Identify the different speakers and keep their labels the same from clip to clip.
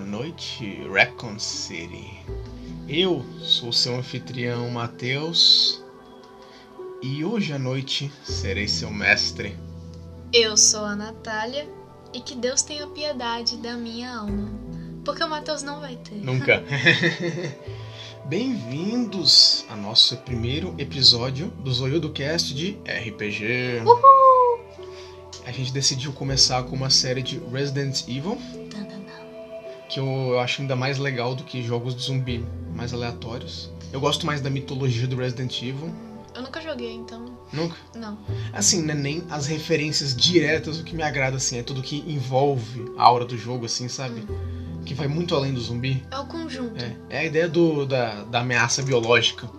Speaker 1: noite, Recon City. Eu sou seu anfitrião Matheus e hoje à noite serei seu mestre.
Speaker 2: Eu sou a Natália e que Deus tenha piedade da minha alma, porque o Matheus não vai ter.
Speaker 1: Nunca. Bem-vindos ao nosso primeiro episódio do Zoiudo Cast de RPG.
Speaker 2: Uhul!
Speaker 1: A gente decidiu começar com uma série de Resident Evil,
Speaker 2: Tantanã.
Speaker 1: que eu acho ainda mais legal do que jogos de zumbi mais aleatórios. Eu gosto mais da mitologia do Resident Evil.
Speaker 2: Eu nunca joguei, então.
Speaker 1: Nunca.
Speaker 2: Não.
Speaker 1: Assim, né, nem as referências diretas o que me agrada, assim, é tudo que envolve a aura do jogo, assim, sabe? Que vai muito além do zumbi.
Speaker 2: É o conjunto.
Speaker 1: É, é a ideia do, da, da ameaça biológica.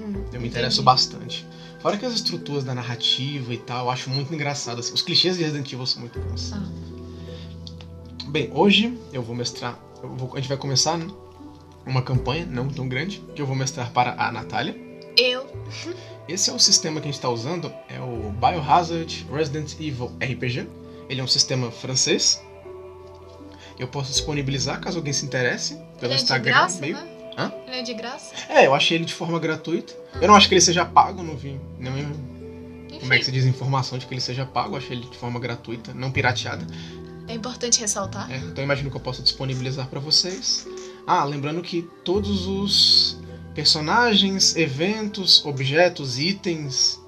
Speaker 2: Hum,
Speaker 1: Eu me interesso
Speaker 2: entendi.
Speaker 1: bastante. Fora que as estruturas da narrativa e tal, eu acho muito engraçado. Assim, os clichês de Resident Evil são muito bons.
Speaker 2: Ah.
Speaker 1: Bem, hoje eu vou mestrar. eu vou- a gente vai começar né, uma campanha, não tão grande, que eu vou mestrar para a Natália.
Speaker 2: Eu.
Speaker 1: Esse é o sistema que a gente está usando, é o Biohazard Resident Evil RPG. Ele é um sistema francês. Eu posso disponibilizar caso alguém se interesse pelo
Speaker 2: Ele é de
Speaker 1: Instagram.
Speaker 2: graça,
Speaker 1: meio.
Speaker 2: né?
Speaker 1: Hã?
Speaker 2: Ele é de graça?
Speaker 1: É, eu achei ele de forma gratuita. Eu não acho que ele seja pago, não vi nenhuma
Speaker 2: Enfim.
Speaker 1: como é que se diz informação de que ele seja pago, achei ele de forma gratuita, não pirateada.
Speaker 2: É importante ressaltar.
Speaker 1: É, então imagino que eu possa disponibilizar para vocês. Ah, lembrando que todos os personagens, eventos, objetos, itens,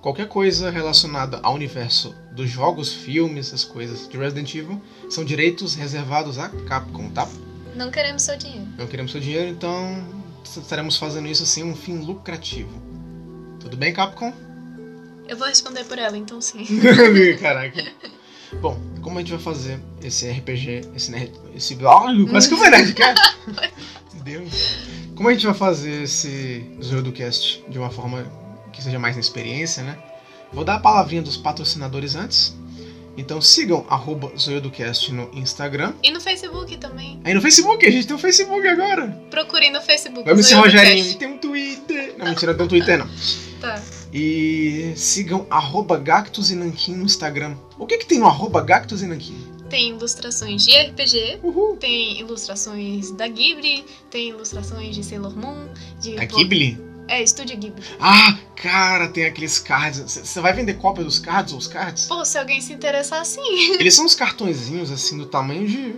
Speaker 1: qualquer coisa relacionada ao universo dos jogos, filmes, essas coisas de Resident Evil, são direitos reservados à Capcom, tá?
Speaker 2: Não queremos seu dinheiro.
Speaker 1: Não queremos seu dinheiro, então estaremos fazendo isso sem um fim lucrativo. Tudo bem, Capcom?
Speaker 2: Eu vou responder por ela, então sim.
Speaker 1: Caraca. Bom, como a gente vai fazer esse RPG, esse nerd, esse blog, quase que eu nerd, cara. Meu Deus. Como a gente vai fazer esse Zoeudocast de uma forma que seja mais na experiência, né? Vou dar a palavrinha dos patrocinadores antes. Então sigam arroba Zoeudocast no Instagram.
Speaker 2: E no Facebook também.
Speaker 1: Aí no Facebook, a gente tem o Facebook agora.
Speaker 2: Procurem no Facebook.
Speaker 1: Vamos ser
Speaker 2: Zoiudo
Speaker 1: Rogerinho, tem um Twitter. Não, mentira, não tem um Twitter não.
Speaker 2: Cast. Tá.
Speaker 1: E sigam arroba Gactos e Nanquim no Instagram. O que que tem no arroba Gactos e Nanquim?
Speaker 2: Tem ilustrações de RPG.
Speaker 1: Uhul.
Speaker 2: Tem ilustrações da Ghibli, tem ilustrações de Sailor Moon, de
Speaker 1: A Ghibli?
Speaker 2: É, Estúdio Ghibli.
Speaker 1: Tá Ah, cara, tem aqueles cards. Você vai vender cópia dos cards ou os cards?
Speaker 2: Pô, se alguém se interessar, sim.
Speaker 1: Eles são uns cartõezinhos, assim, do tamanho de...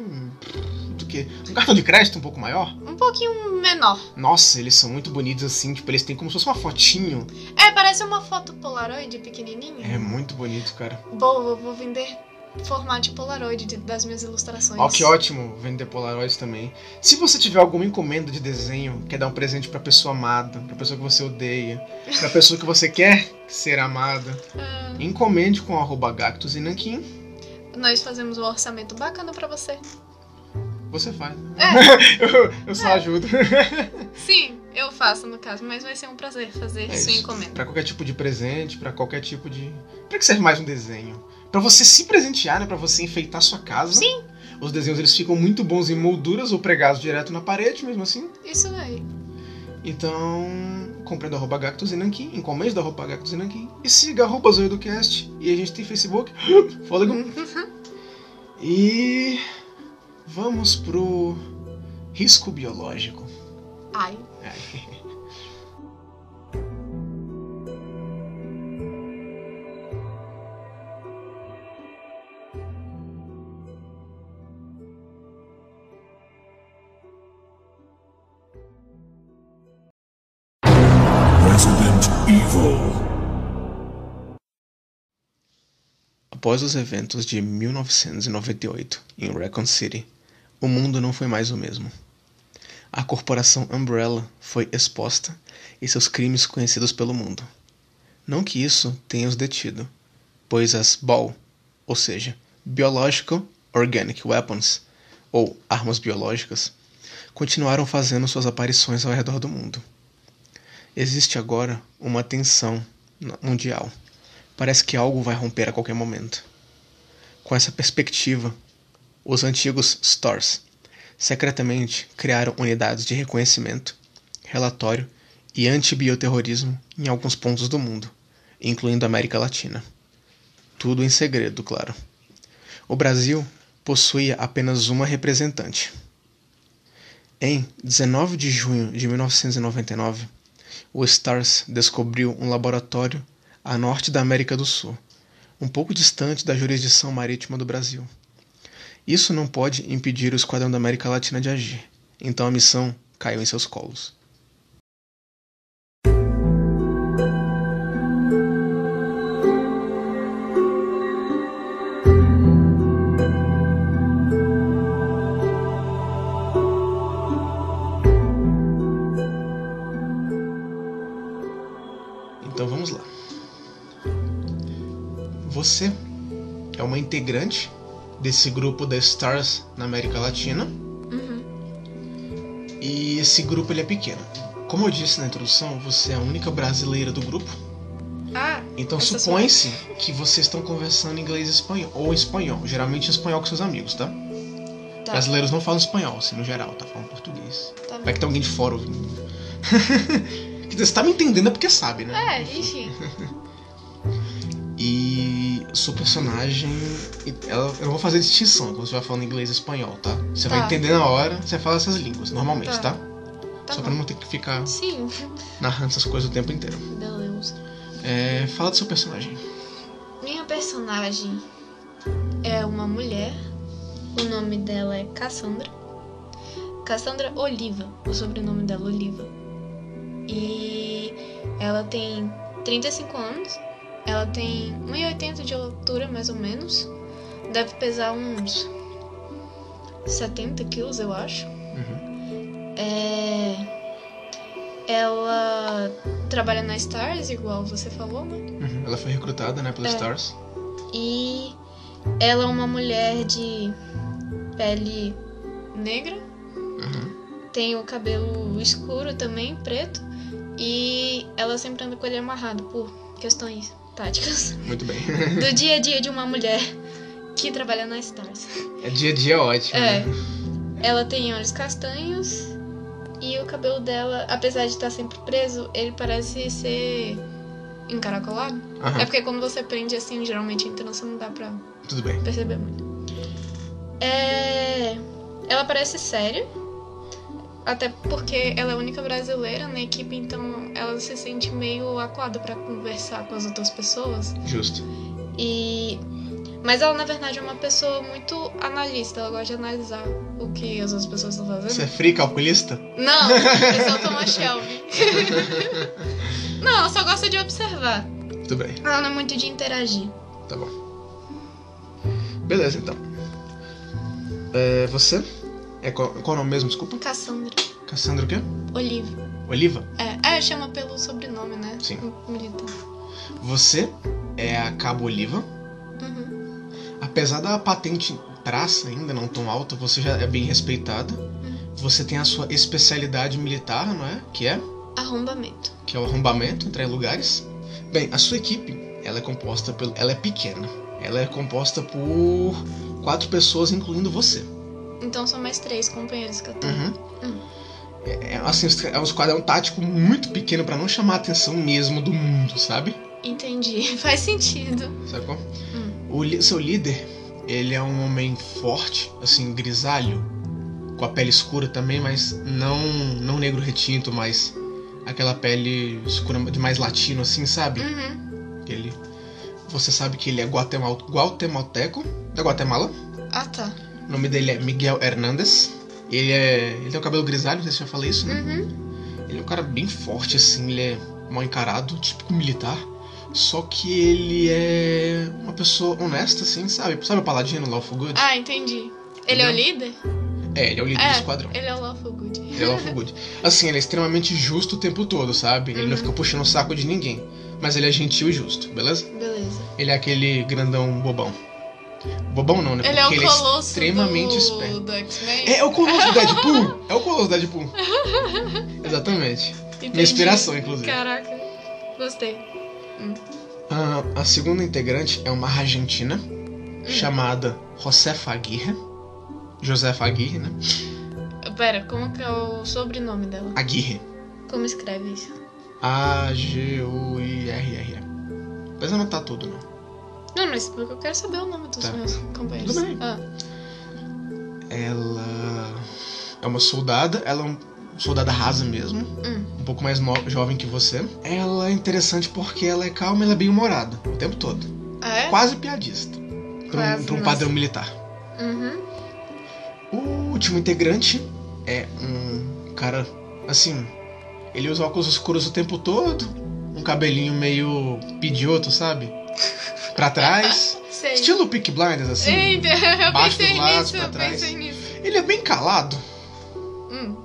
Speaker 1: Do quê? Um cartão de crédito um pouco maior?
Speaker 2: Um pouquinho menor.
Speaker 1: Nossa, eles são muito bonitos, assim. Tipo, eles têm como se fosse uma fotinho.
Speaker 2: É, parece uma foto Polaroid pequenininha.
Speaker 1: É muito bonito, cara.
Speaker 2: Boa, eu vou vender formato de Polaroid de- das minhas ilustrações.
Speaker 1: Ó, que ótimo vender Polaroids também. Se você tiver alguma encomenda de desenho, quer dar um presente pra pessoa amada, pra pessoa que você odeia, pra pessoa que você quer ser amada,
Speaker 2: Ah,
Speaker 1: encomende com arroba Gactos e Nanquim.
Speaker 2: nós fazemos um orçamento bacana pra você.
Speaker 1: Você faz. eu, eu só ajudo.
Speaker 2: Sim, eu faço no caso, mas vai ser um prazer fazer
Speaker 1: É
Speaker 2: sua
Speaker 1: isso.
Speaker 2: encomenda.
Speaker 1: Pra qualquer tipo de presente, pra qualquer tipo de. Pra que serve mais um desenho? Pra você se presentear, né? Pra você enfeitar sua casa.
Speaker 2: Sim.
Speaker 1: Os desenhos eles ficam muito bons em molduras ou pregados direto na parede, mesmo assim.
Speaker 2: Isso aí.
Speaker 1: Então, compre do arroba Gactos e Nanquim, encomende do arroba Gactos e Nanquim, e siga arroba Zoidocast, e a gente tem Facebook, fôlego. e vamos pro risco biológico.
Speaker 2: Ai.
Speaker 3: Resident Evil.
Speaker 1: Após os eventos de 1998 em Raccoon City, o mundo não foi mais o mesmo. A corporação Umbrella foi exposta e seus crimes conhecidos pelo mundo. Não que isso tenha os detido, pois as BAL, ou seja, Biological Organic Weapons, ou armas biológicas, continuaram fazendo suas aparições ao redor do mundo. Existe agora uma tensão na- mundial. Parece que algo vai romper a qualquer momento. Com essa perspectiva, os antigos STARS secretamente criaram unidades de reconhecimento, relatório e antibioterrorismo em alguns pontos do mundo, incluindo a América Latina. Tudo em segredo, claro. O Brasil possuía apenas uma representante, Em 19 de junho de 1999, o STARS descobriu um laboratório a norte da América do Sul, um pouco distante da jurisdição marítima do Brasil. Isso não pode impedir o Esquadrão da América Latina de agir, então a missão caiu em seus colos. Então vamos lá. Você é uma integrante desse grupo da Stars na América Latina.
Speaker 2: Uhum.
Speaker 1: E esse grupo ele é pequeno. Como eu disse na introdução, você é a única brasileira do grupo.
Speaker 2: Ah,
Speaker 1: Então
Speaker 2: essa
Speaker 1: supõe-se que vocês estão conversando inglês e espanhol ou espanhol, geralmente espanhol com seus amigos, tá?
Speaker 2: sua- tá,
Speaker 1: Brasileiros não falam espanhol, assim, no geral, tá falando português.
Speaker 2: tá
Speaker 1: Vai que tem alguém de fora ouvindo. Quer dizer, você tá me entendendo é porque sabe, né?
Speaker 2: É, enfim.
Speaker 1: E sua personagem. Ela, eu não vou fazer distinção quando você vai falando inglês e espanhol, tá? Você vai
Speaker 2: Tá.
Speaker 1: entender na hora, você fala essas línguas, normalmente, tá?
Speaker 2: Tá. Tá
Speaker 1: Só pra
Speaker 2: bom.
Speaker 1: não ter que ficar
Speaker 2: Sim, um
Speaker 1: narrando essas coisas o tempo inteiro.
Speaker 2: Deus.
Speaker 1: É, fala do seu personagem.
Speaker 2: Minha personagem é uma mulher. O nome dela é Cassandra. Cassandra Oliva, o sobrenome dela Oliva. E ela tem 35 anos. Ela tem 1,80 de altura, mais ou menos. Deve pesar uns 70 quilos, eu acho.
Speaker 1: Uhum.
Speaker 2: É... Ela trabalha na Stars, igual você falou, né?
Speaker 1: Uhum. Ela foi recrutada, né, pelos
Speaker 2: É.
Speaker 1: Stars.
Speaker 2: E ela é uma mulher de pele negra,
Speaker 1: Uhum.
Speaker 2: tem o cabelo escuro também, preto, e ela sempre anda com ele amarrado por questões táticas
Speaker 1: Muito bem.
Speaker 2: do dia a dia de uma mulher que trabalha na Stars.
Speaker 1: é dia a dia é ótimo.
Speaker 2: É.
Speaker 1: né?
Speaker 2: Ela tem olhos castanhos e o cabelo dela, apesar de estar sempre preso, ele parece ser encaracolado.
Speaker 1: Aham,
Speaker 2: É porque quando você prende assim, geralmente em trança não dá pra
Speaker 1: Tudo bem.
Speaker 2: perceber muito. É... Ela parece séria, até porque ela é a única brasileira na equipe, então ela se sente meio acuada pra conversar com as outras pessoas.
Speaker 1: Justo.
Speaker 2: E mas ela na verdade é uma pessoa muito analista, ela gosta de analisar o que as outras pessoas estão fazendo.
Speaker 1: Você é free calculista?
Speaker 2: Não, esse é o Thomas Shelby. não, ela só gosta de observar.
Speaker 1: Tudo bem.
Speaker 2: Ela não é muito de interagir.
Speaker 1: Tá bom. Beleza, então. É, você? É qual, qual o nome mesmo? Desculpa.
Speaker 2: Cassandra,
Speaker 1: Cassandra o quê?
Speaker 2: Olive.
Speaker 1: Oliva?
Speaker 2: É, é, chama pelo sobrenome, né?
Speaker 1: Sim.
Speaker 2: Militar.
Speaker 1: Você é a Cabo Oliva.
Speaker 2: Uhum.
Speaker 1: Apesar da patente praça ainda não tão alta, você já é bem respeitada. Você tem a sua especialidade militar, não é? Que é?
Speaker 2: Arrombamento.
Speaker 1: Que é o arrombamento, entrar em lugares. Bem, a sua equipe, ela é composta pelo... Ela é pequena. Ela é composta por quatro pessoas, incluindo você.
Speaker 2: Então são mais três companheiros que eu tenho.
Speaker 1: Uhum. É, é, assim, é um esquadrão tático muito pequeno pra não chamar a atenção mesmo do mundo, sabe?
Speaker 2: Entendi. Faz sentido.
Speaker 1: Sabe qual?
Speaker 2: Hum.
Speaker 1: O li- seu líder, ele é um homem forte, assim, grisalho, com a pele escura também, mas não não negro retinto, mas aquela pele escura de mais latino, assim, sabe?
Speaker 2: Uhum.
Speaker 1: Ele, você sabe que ele é guatemal, guatemalteco, da Guatemala.
Speaker 2: Ah, tá.
Speaker 1: O nome dele é Miguel Hernández. Ele é, ele tem o cabelo grisalho, não sei se eu já falei isso, né?
Speaker 2: Uhum.
Speaker 1: Ele é um cara bem forte, assim, ele é mal encarado, típico militar. Só que ele é uma pessoa honesta, assim, sabe? Sabe o Paladino, Lawful Good?
Speaker 2: Ah, entendi. Ele é
Speaker 1: Entendeu?
Speaker 2: o líder?
Speaker 1: É, ele é o líder do esquadrão.
Speaker 2: É, ele é o Lawful Good.
Speaker 1: Ele é Lawful Good. Assim, ele é extremamente justo o tempo todo, sabe? Ele não
Speaker 2: Uhum.
Speaker 1: fica puxando o saco de ninguém. Mas ele é gentil e justo, beleza?
Speaker 2: Beleza.
Speaker 1: Ele é aquele grandão bobão. Bobão não, né?
Speaker 2: Ele é o
Speaker 1: Porque ele é
Speaker 2: colosso
Speaker 1: extremamente
Speaker 2: do, né?
Speaker 1: esperto.
Speaker 2: do X-Men?
Speaker 1: É, é o colosso do Deadpool! É o colosso do Deadpool. Exatamente.
Speaker 2: Entendi.
Speaker 1: Minha inspiração, inclusive.
Speaker 2: Caraca. Gostei.
Speaker 1: Ah, a segunda integrante é uma argentina
Speaker 2: Hum.
Speaker 1: chamada Josefa Aguirre. Josefa Aguirre, né?
Speaker 2: Pera, como que é o sobrenome dela?
Speaker 1: Aguirre.
Speaker 2: Como escreve isso?
Speaker 1: A-G-U-I-R-R-E. Mas não tá tudo, não.
Speaker 2: Não, mas porque eu quero saber o nome dos Ah,
Speaker 1: Tá.
Speaker 2: meus companheiros.
Speaker 1: Tudo bem.
Speaker 2: Ah.
Speaker 1: Ela. É uma soldada, ela é uma soldada rasa mesmo,
Speaker 2: Hum,
Speaker 1: um pouco mais no- jovem que você. Ela é interessante porque ela é calma, ela é bem humorada o tempo todo.
Speaker 2: é?
Speaker 1: Quase piadista. Pra um,
Speaker 2: Quase,
Speaker 1: pra um
Speaker 2: nossa.
Speaker 1: padrão militar.
Speaker 2: Uhum.
Speaker 1: O último integrante é um cara assim. Ele usa óculos escuros o tempo todo, um cabelinho meio pedioto, sabe? Pra trás.
Speaker 2: Sei.
Speaker 1: Estilo Peak Blinders, assim.
Speaker 2: Eita, eu
Speaker 1: baixo
Speaker 2: pensei
Speaker 1: do lado,
Speaker 2: nisso,
Speaker 1: pra
Speaker 2: eu
Speaker 1: trás.
Speaker 2: pensei nisso.
Speaker 1: Ele é bem calado.
Speaker 2: Hum,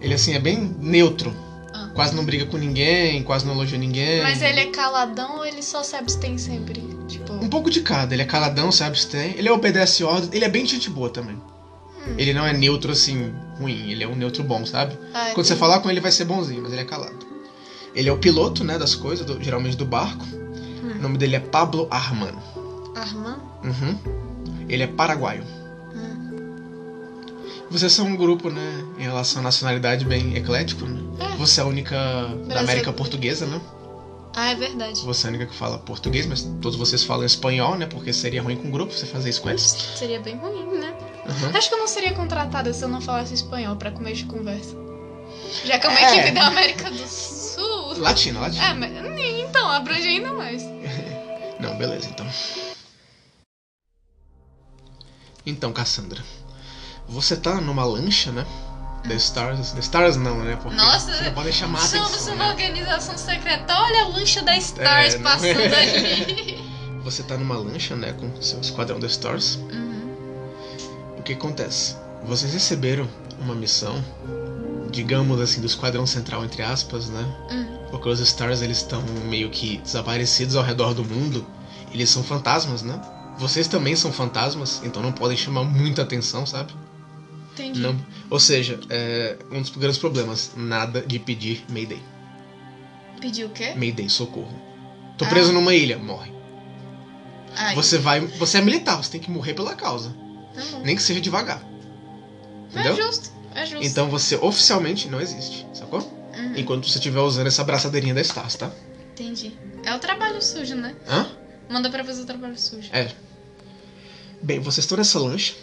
Speaker 1: Ele assim é bem neutro.
Speaker 2: Ah.
Speaker 1: Quase não briga com ninguém, quase não elogia ninguém.
Speaker 2: Mas ele é caladão ou ele só se abstém sempre? Tipo.
Speaker 1: Um pouco de cada, ele é caladão, se abstém, ele obedece ordens, ele é bem gente boa também.
Speaker 2: Hum.
Speaker 1: Ele não é neutro assim, ruim, ele é um neutro bom, sabe?
Speaker 2: ah,
Speaker 1: Quando você
Speaker 2: entendi.
Speaker 1: falar com ele, ele vai ser bonzinho, mas ele é calado. Ele é o piloto, né, das coisas, do- geralmente do barco. O nome dele é Pablo Arman.
Speaker 2: Armand?
Speaker 1: Uhum. Ele é paraguaio. Vocês são um grupo, né, em relação à nacionalidade bem eclético, né?
Speaker 2: É.
Speaker 1: Você é a única da
Speaker 2: Brasileiro.
Speaker 1: América Portuguesa, né?
Speaker 2: Ah, é verdade.
Speaker 1: Você é a única que fala português, mas todos vocês falam espanhol, né? Porque seria ruim com o grupo você fazer isso com eles.
Speaker 2: Seria bem ruim, né?
Speaker 1: Uhum.
Speaker 2: Acho que eu não seria contratada se eu não falasse espanhol pra comer de conversa. Já que é uma
Speaker 1: É.
Speaker 2: equipe da América do Sul.
Speaker 1: Latino, latino.
Speaker 2: É, mas nem- então, abrange ainda mais.
Speaker 1: Não, beleza, então. Então, Cassandra. Você tá numa lancha, né? The Stars. The Stars não, né? Porque
Speaker 2: Nossa,
Speaker 1: você não pode chamar a
Speaker 2: Somos
Speaker 1: atenção,
Speaker 2: uma
Speaker 1: né?
Speaker 2: organização secreta. Olha a lancha da Stars
Speaker 1: É, não-
Speaker 2: passando ali.
Speaker 1: Você tá numa lancha, né? Com seu esquadrão The Stars.
Speaker 2: Uhum.
Speaker 1: O que acontece? Vocês receberam uma missão, digamos assim, do esquadrão central, entre aspas, né?
Speaker 2: Uhum.
Speaker 1: Porque os Stars eles estão meio que desaparecidos ao redor do mundo. Eles são fantasmas, né? Vocês também são fantasmas, então não podem chamar muita atenção, sabe?
Speaker 2: Entendi.
Speaker 1: Não. Ou seja, é um dos grandes problemas, nada de pedir Mayday.
Speaker 2: Pediu o quê?
Speaker 1: Mayday, socorro. Tô
Speaker 2: Ah.
Speaker 1: preso numa ilha, morre.
Speaker 2: Ai,
Speaker 1: Você vai, você é militar, você tem que morrer pela causa,
Speaker 2: tá bom.
Speaker 1: nem que seja devagar.
Speaker 2: É
Speaker 1: Entendeu?
Speaker 2: justo, é justo.
Speaker 1: Então você oficialmente não existe, sacou?
Speaker 2: Uhum,
Speaker 1: Enquanto você estiver usando essa braçadeirinha da Stars, tá?
Speaker 2: Entendi. É o trabalho sujo, né?
Speaker 1: Hã?
Speaker 2: Manda pra fazer o trabalho sujo.
Speaker 1: É. Bem, vocês estão nessa lancha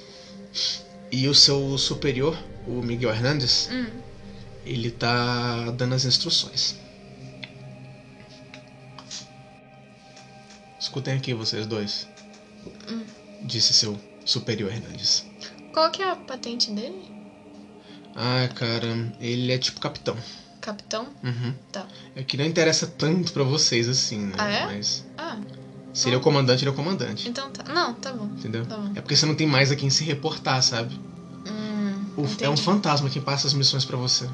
Speaker 1: e o seu superior, o Miguel Hernandes,
Speaker 2: Hum,
Speaker 1: ele tá dando as instruções. Escutem aqui vocês dois,
Speaker 2: Hum.
Speaker 1: disse seu superior Hernandes.
Speaker 2: Qual que é a patente dele?
Speaker 1: Ah, cara, ele é tipo capitão.
Speaker 2: Capitão?
Speaker 1: Uhum.
Speaker 2: Tá.
Speaker 1: É que não interessa tanto pra vocês assim, né?
Speaker 2: Ah, é?
Speaker 1: Mas
Speaker 2: Ah,
Speaker 1: se ele é o comandante, ele é o comandante.
Speaker 2: então tá. Não, tá bom.
Speaker 1: Entendeu?
Speaker 2: Tá bom.
Speaker 1: É porque você não tem mais a quem se reportar, sabe?
Speaker 2: Hum,
Speaker 1: O- é
Speaker 2: entendi.
Speaker 1: um fantasma quem passa as missões pra você.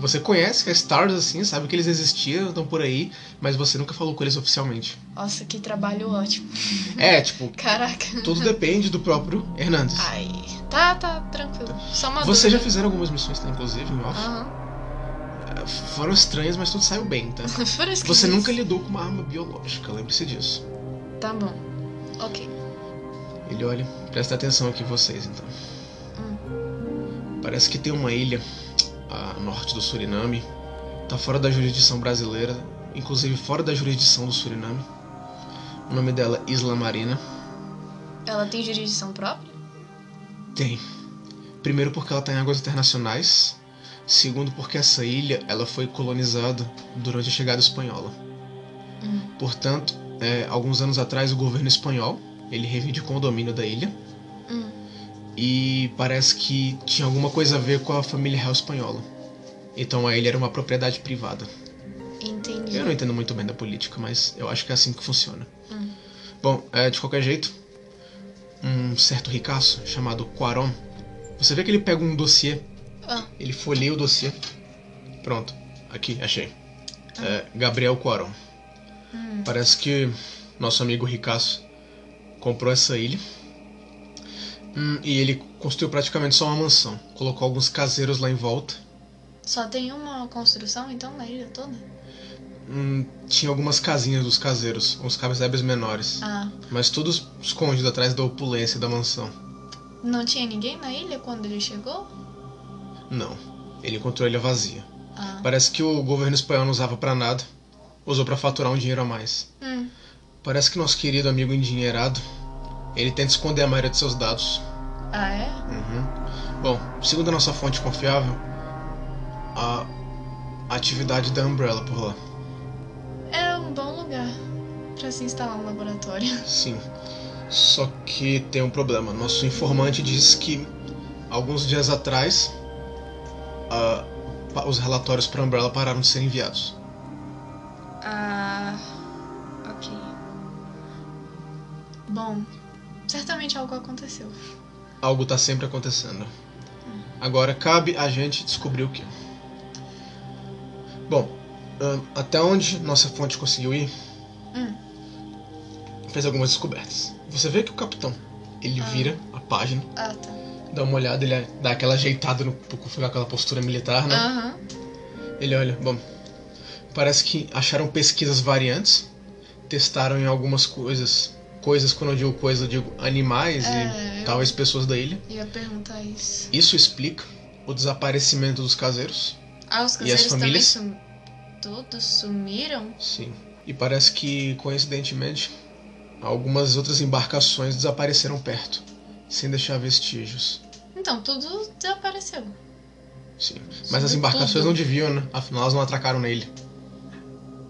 Speaker 1: Você conhece que a Stars, assim, sabe que eles existiam, estão por aí, mas você nunca falou com eles oficialmente.
Speaker 2: Nossa, que trabalho ótimo.
Speaker 1: É, tipo,
Speaker 2: Caraca.
Speaker 1: tudo depende do próprio Hernandes.
Speaker 2: Ai. Tá, tá, tranquilo. Só uma
Speaker 1: Vocês já
Speaker 2: dúvida.
Speaker 1: fizeram algumas missões, tá, inclusive, em off.
Speaker 2: Aham.
Speaker 1: Foram estranhas, mas tudo saiu bem, tá?
Speaker 2: Por isso que
Speaker 1: Você
Speaker 2: eu
Speaker 1: nunca
Speaker 2: disse.
Speaker 1: lidou com uma arma biológica, lembre-se disso.
Speaker 2: Tá bom. Ok.
Speaker 1: Ele olha, presta atenção aqui vocês, então. Parece que tem uma ilha a norte do Suriname. Tá fora da jurisdição brasileira, inclusive fora da jurisdição do Suriname. O nome dela é Isla Marina.
Speaker 2: Ela tem jurisdição própria?
Speaker 1: Tem. Primeiro porque ela tá em águas internacionais. Segundo porque essa ilha ela foi colonizada durante a chegada espanhola.
Speaker 2: Hum.
Speaker 1: Portanto, é, alguns anos atrás o governo espanhol ele reivindicou o domínio da ilha
Speaker 2: Hum.
Speaker 1: e parece que tinha alguma coisa a ver com a família real espanhola. Então a ilha era uma propriedade privada.
Speaker 2: Entendi.
Speaker 1: Eu não entendo muito bem da política, mas eu acho que é assim que funciona.
Speaker 2: Hum.
Speaker 1: Bom, é, de qualquer jeito, um certo ricaço chamado Quaron. Você vê que ele pega um dossiê,
Speaker 2: Ah.
Speaker 1: ele folheia o dossiê. Pronto, aqui, achei. É, Gabriel Quaron.
Speaker 2: Ah. Hum.
Speaker 1: Parece que nosso amigo ricaço comprou essa ilha. Hum, e ele construiu praticamente só uma mansão. Colocou alguns caseiros lá em volta.
Speaker 2: Só tem uma construção, então, na ilha toda?
Speaker 1: Hum, tinha algumas casinhas dos caseiros, uns cabezebes menores.
Speaker 2: Ah.
Speaker 1: Mas tudo escondido atrás da opulência da mansão.
Speaker 2: Não tinha ninguém na ilha quando ele chegou?
Speaker 1: Não, ele encontrou a ilha vazia.
Speaker 2: Ah.
Speaker 1: Parece que o governo espanhol não usava pra nada. Usou pra faturar um dinheiro a mais.
Speaker 2: Hum.
Speaker 1: Parece que nosso querido amigo endinheirado, ele tenta esconder a maioria de seus dados.
Speaker 2: Ah, é?
Speaker 1: Uhum. Bom, segundo a nossa fonte confiável, a atividade da Umbrella por lá.
Speaker 2: É um bom lugar pra se instalar um laboratório.
Speaker 1: Sim. Só que tem um problema. Nosso informante diz que alguns dias atrás ah, pa- os relatórios para Umbrella pararam de ser enviados.
Speaker 2: Ah. Ok. Bom, certamente algo aconteceu.
Speaker 1: Algo tá sempre acontecendo. Agora cabe a gente descobrir o que. Bom, ahn, até onde nossa fonte conseguiu ir,
Speaker 2: Hum.
Speaker 1: fez algumas descobertas. Você vê que o capitão, ele vira a página,
Speaker 2: Ah, tá.
Speaker 1: dá uma olhada, ele dá aquela ajeitada no ficar aquela postura militar, né?
Speaker 2: Aham.
Speaker 1: Ele olha, bom, parece que acharam pesquisas variantes, testaram em algumas coisas, coisas quando eu digo coisa, eu digo animais
Speaker 2: É,
Speaker 1: e
Speaker 2: eu-
Speaker 1: talvez pessoas da ilha.
Speaker 2: Ia perguntar isso.
Speaker 1: Isso explica o desaparecimento dos caseiros.
Speaker 2: Ah, os
Speaker 1: E as
Speaker 2: caseiros também
Speaker 1: famílias?
Speaker 2: sum... todos sumiram?
Speaker 1: Sim. E parece que, coincidentemente, algumas outras embarcações desapareceram perto, sem deixar vestígios.
Speaker 2: Então, tudo desapareceu.
Speaker 1: Sim. Mas as
Speaker 2: Sobretudo.
Speaker 1: embarcações não deviam, né? Afinal, elas não atracaram na ilha.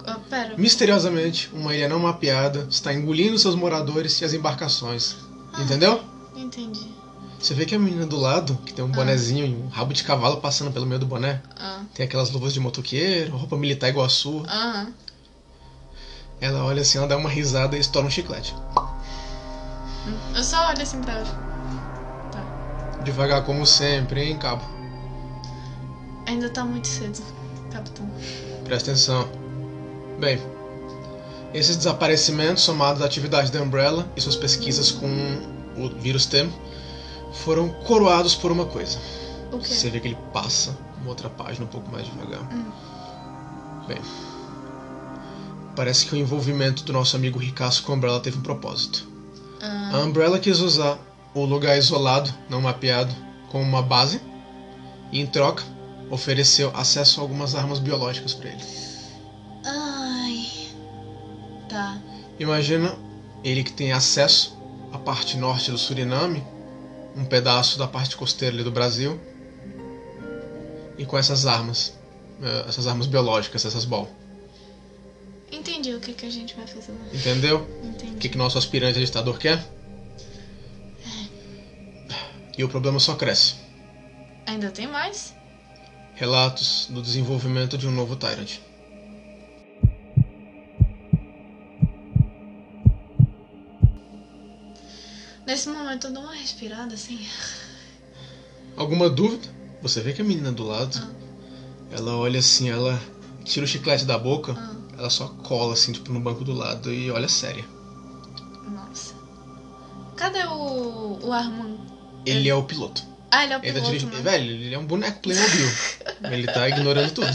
Speaker 2: Ah, pera.
Speaker 1: Misteriosamente, uma ilha não mapeada está engolindo seus moradores e as embarcações.
Speaker 2: Ah.
Speaker 1: Entendeu?
Speaker 2: Entendi.
Speaker 1: Você vê que a menina do lado, que tem um bonezinho e um rabo de cavalo passando pelo meio do boné,
Speaker 2: Ah.
Speaker 1: tem aquelas luvas de motoqueiro, roupa militar igual a sua.
Speaker 2: Aham.
Speaker 1: Ela olha assim, ela dá uma risada e estoura um chiclete.
Speaker 2: Eu só olho assim pra ela.
Speaker 1: Devagar como sempre, hein, cabo?
Speaker 2: Ainda tá muito cedo, capitão.
Speaker 1: Presta atenção. Bem, esses desaparecimentos, somados à atividade da Umbrella e suas pesquisas com o vírus T, foram coroados por uma coisa.
Speaker 2: O quê?
Speaker 1: Você vê que ele passa uma outra página um pouco mais devagar. Bem, parece que o envolvimento do nosso amigo Ricasso com a Umbrella teve um propósito.
Speaker 2: Ah,
Speaker 1: A Umbrella quis usar o lugar isolado, não mapeado, como uma base e, em troca, ofereceu acesso a algumas armas biológicas para ele.
Speaker 2: Ai. Tá.
Speaker 1: Imagina ele que tem acesso à parte norte do Suriname, um pedaço da parte costeira ali do Brasil, e com essas armas, eh, essas armas biológicas, essas BOL.
Speaker 2: Entendi o que, que a gente vai fazer lá.
Speaker 1: Entendeu? O que,
Speaker 2: Entendi.
Speaker 1: que nosso aspirante a ditador quer? E o problema só cresce.
Speaker 2: Ainda tem mais?
Speaker 1: Relatos do desenvolvimento de um novo Tyrant.
Speaker 2: Nesse momento eu dou uma respirada assim.
Speaker 1: Alguma dúvida? Você vê que a menina do lado, ela olha assim, ela tira o chiclete da boca,
Speaker 2: Ah.
Speaker 1: ela só cola assim, tipo, no banco do lado e olha séria.
Speaker 2: Nossa. Cadê o, o Armand?
Speaker 1: Ele é o piloto.
Speaker 2: Ah, ele é o
Speaker 1: Ele tá
Speaker 2: piloto,
Speaker 1: dirigindo.
Speaker 2: né?
Speaker 1: Velho, ele é um boneco Playmobil. ele tá ignorando tudo.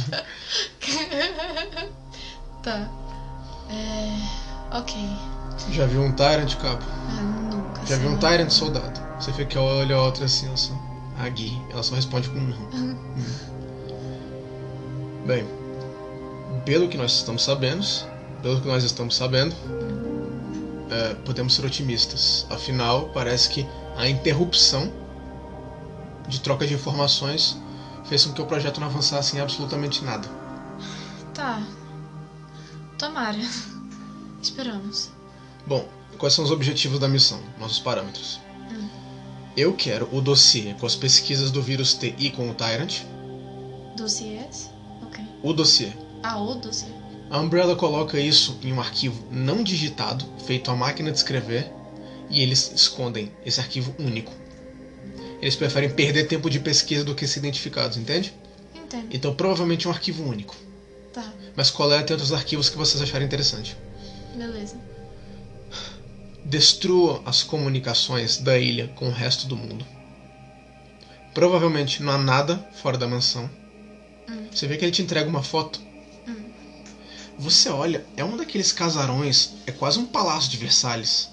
Speaker 2: tá. É... Ok.
Speaker 1: Já viu um Tyrant, cabo?
Speaker 2: Ah, nunca.
Speaker 1: Já
Speaker 2: sei
Speaker 1: viu um
Speaker 2: lá.
Speaker 1: Tyrant soldado? Você fica olha a outra assim, ela só. A Gui. Ela só responde com um não. Hum. Bem, pelo que nós estamos sabendo, pelo que nós estamos sabendo, é, podemos ser otimistas. Afinal, parece que a interrupção de troca de informações fez com que o projeto não avançasse em absolutamente nada.
Speaker 2: Tá. Tomara. Esperamos.
Speaker 1: Bom, quais são os objetivos da missão? Nossos parâmetros. Eu quero o dossiê com as pesquisas do vírus T e com o Tyrant.
Speaker 2: Dossiês? Ok.
Speaker 1: O dossiê.
Speaker 2: Ah, o dossiê.
Speaker 1: A Umbrella coloca isso em um arquivo não digitado, feito à máquina de escrever, e eles escondem esse arquivo único. Eles preferem perder tempo de pesquisa do que ser identificados, entende?
Speaker 2: Entendo.
Speaker 1: Então provavelmente é um arquivo único.
Speaker 2: Tá.
Speaker 1: Mas coletem outros arquivos que vocês acharem interessante.
Speaker 2: Beleza.
Speaker 1: Destrua as comunicações da ilha com o resto do mundo. Provavelmente não há nada fora da mansão.
Speaker 2: Hum.
Speaker 1: Você vê que ele te entrega uma foto.
Speaker 2: Hum.
Speaker 1: Você olha, é um daqueles casarões, é quase um palácio de Versalhes.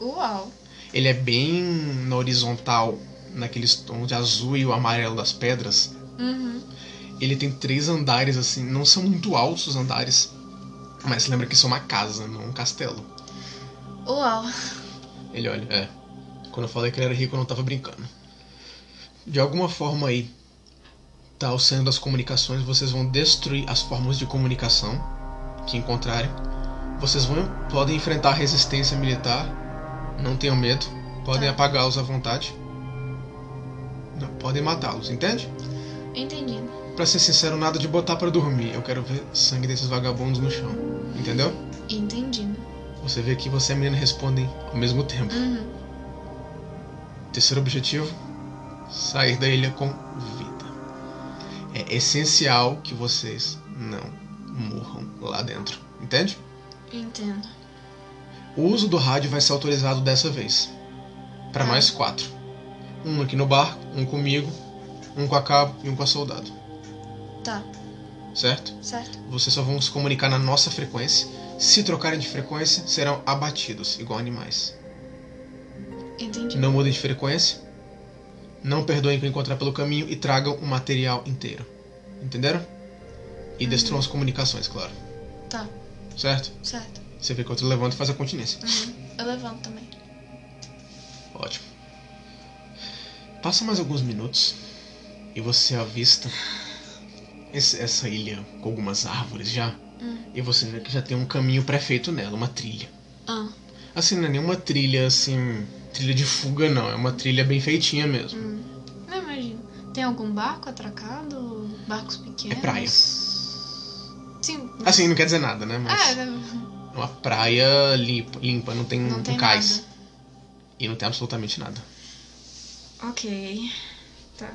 Speaker 2: Uau.
Speaker 1: Ele é bem na horizontal, naqueles tons de azul e o amarelo das pedras.
Speaker 2: Uhum.
Speaker 1: Ele tem três andares, assim, não são muito altos os andares. Mas lembra que isso é uma casa, não um castelo.
Speaker 2: Uau.
Speaker 1: Ele olha, é. Quando eu falei que ele era rico, eu não tava brincando. De alguma forma aí, tá, ao sendo das comunicações, vocês vão destruir as formas de comunicação que encontrarem. Vocês vão, podem enfrentar a resistência militar, não tenham medo, podem
Speaker 2: Tá.
Speaker 1: apagá-los à vontade. Não, podem matá-los, entende?
Speaker 2: Entendido.
Speaker 1: Pra ser sincero, nada de botar pra dormir. Eu quero ver sangue desses vagabundos no chão. Entendeu?
Speaker 2: Entendido.
Speaker 1: Você vê que você e a menina respondem ao mesmo tempo.
Speaker 2: Uhum.
Speaker 1: Terceiro objetivo: sair da ilha com vida. É essencial que vocês não morram lá dentro. Entende?
Speaker 2: Entendo.
Speaker 1: O uso do rádio vai ser autorizado dessa vez. Pra
Speaker 2: Ah.
Speaker 1: mais quatro: um aqui no barco, um comigo, um com a cabo e um com a soldado.
Speaker 2: Tá,
Speaker 1: Certo?
Speaker 2: certo.
Speaker 1: Vocês só vão se comunicar na nossa frequência. Se trocarem de frequência, serão abatidos, igual animais.
Speaker 2: Entendi.
Speaker 1: Não mudem de frequência. Não perdoem quem encontrar pelo caminho e tragam o material inteiro. Entenderam? E destruam as comunicações, claro.
Speaker 2: Tá,
Speaker 1: Certo?
Speaker 2: certo.
Speaker 1: Você vê que o outro levanta e faz a continência.
Speaker 2: Uhum. Eu levanto também.
Speaker 1: Ótimo. Passa mais alguns minutos e você avista esse- essa ilha com algumas árvores já.
Speaker 2: Hum.
Speaker 1: E você vê que já tem um caminho pré-feito nela, uma trilha.
Speaker 2: Ah,
Speaker 1: Assim, não é nenhuma trilha assim. trilha de fuga, não. É uma trilha bem feitinha mesmo.
Speaker 2: hum. não imagino. Tem algum barco atracado? Barcos pequenos?
Speaker 1: É praia.
Speaker 2: Sim.
Speaker 1: Assim, não quer dizer nada, né? Mas
Speaker 2: Ah,
Speaker 1: é
Speaker 2: não
Speaker 1: uma praia limpa, limpa não tem um
Speaker 2: tem
Speaker 1: cais.
Speaker 2: nada.
Speaker 1: E não tem absolutamente nada.
Speaker 2: Ok. Tá.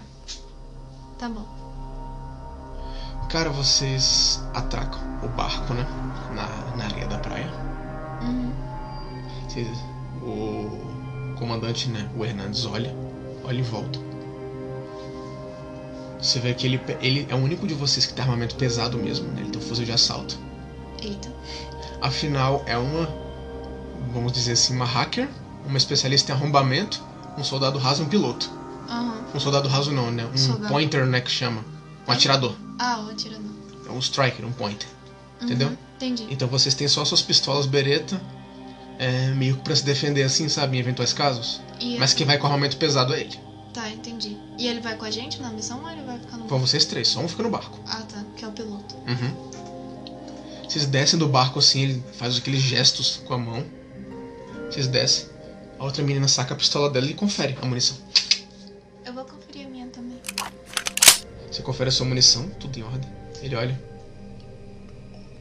Speaker 2: Tá bom.
Speaker 1: Cara, vocês atracam o barco, né? Na, na areia da praia.
Speaker 2: Uhum.
Speaker 1: Vocês- o comandante, né? O Hernandes olha, olha e volta. Você vê que ele, pe- ele é o único de vocês que tem armamento pesado mesmo, né? Ele tem um fuzil de assalto.
Speaker 2: Eita.
Speaker 1: Afinal, é uma, vamos dizer assim, uma hacker, uma especialista em arrombamento, um soldado raso e um piloto.
Speaker 2: Aham.
Speaker 1: Um soldado raso não, né? Um
Speaker 2: Soldado.
Speaker 1: pointer, né, que chama. Um atirador.
Speaker 2: Ah, o atirador.
Speaker 1: É um striker, um pointer. Entendeu?
Speaker 2: Uhum. Entendi.
Speaker 1: Então vocês têm só suas pistolas bereta, é, meio que pra se defender assim, sabe, em eventuais casos.
Speaker 2: E
Speaker 1: Mas quem vai com armamento pesado é ele.
Speaker 2: Tá, entendi. E ele vai com a gente na missão ou ele vai ficar no
Speaker 1: Vão vocês três, só um fica no barco.
Speaker 2: Ah, tá. Que é o piloto.
Speaker 1: Uhum. Vocês descem do barco assim, ele faz aqueles gestos com a mão. Vocês descem. A outra menina saca a pistola dela e confere a munição.
Speaker 2: Eu vou conferir a minha também.
Speaker 1: Você confere a sua munição, tudo em ordem. Ele olha.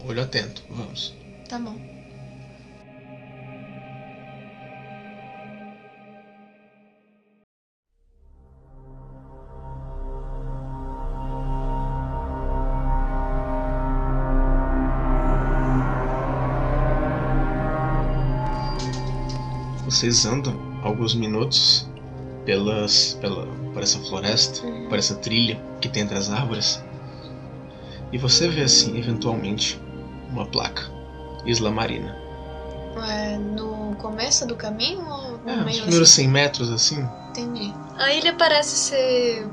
Speaker 1: Olho atento, vamos.
Speaker 2: Tá bom.
Speaker 1: Vocês andam alguns minutos pelas, pela, por essa floresta,
Speaker 2: Uhum.
Speaker 1: por essa trilha que tem entre as árvores. E você vê assim, eventualmente, uma placa. Isla Marina.
Speaker 2: É no começo do caminho ou no
Speaker 1: É, os
Speaker 2: meio
Speaker 1: primeiros 100 metros, assim.
Speaker 2: assim? Entendi. A ilha parece ser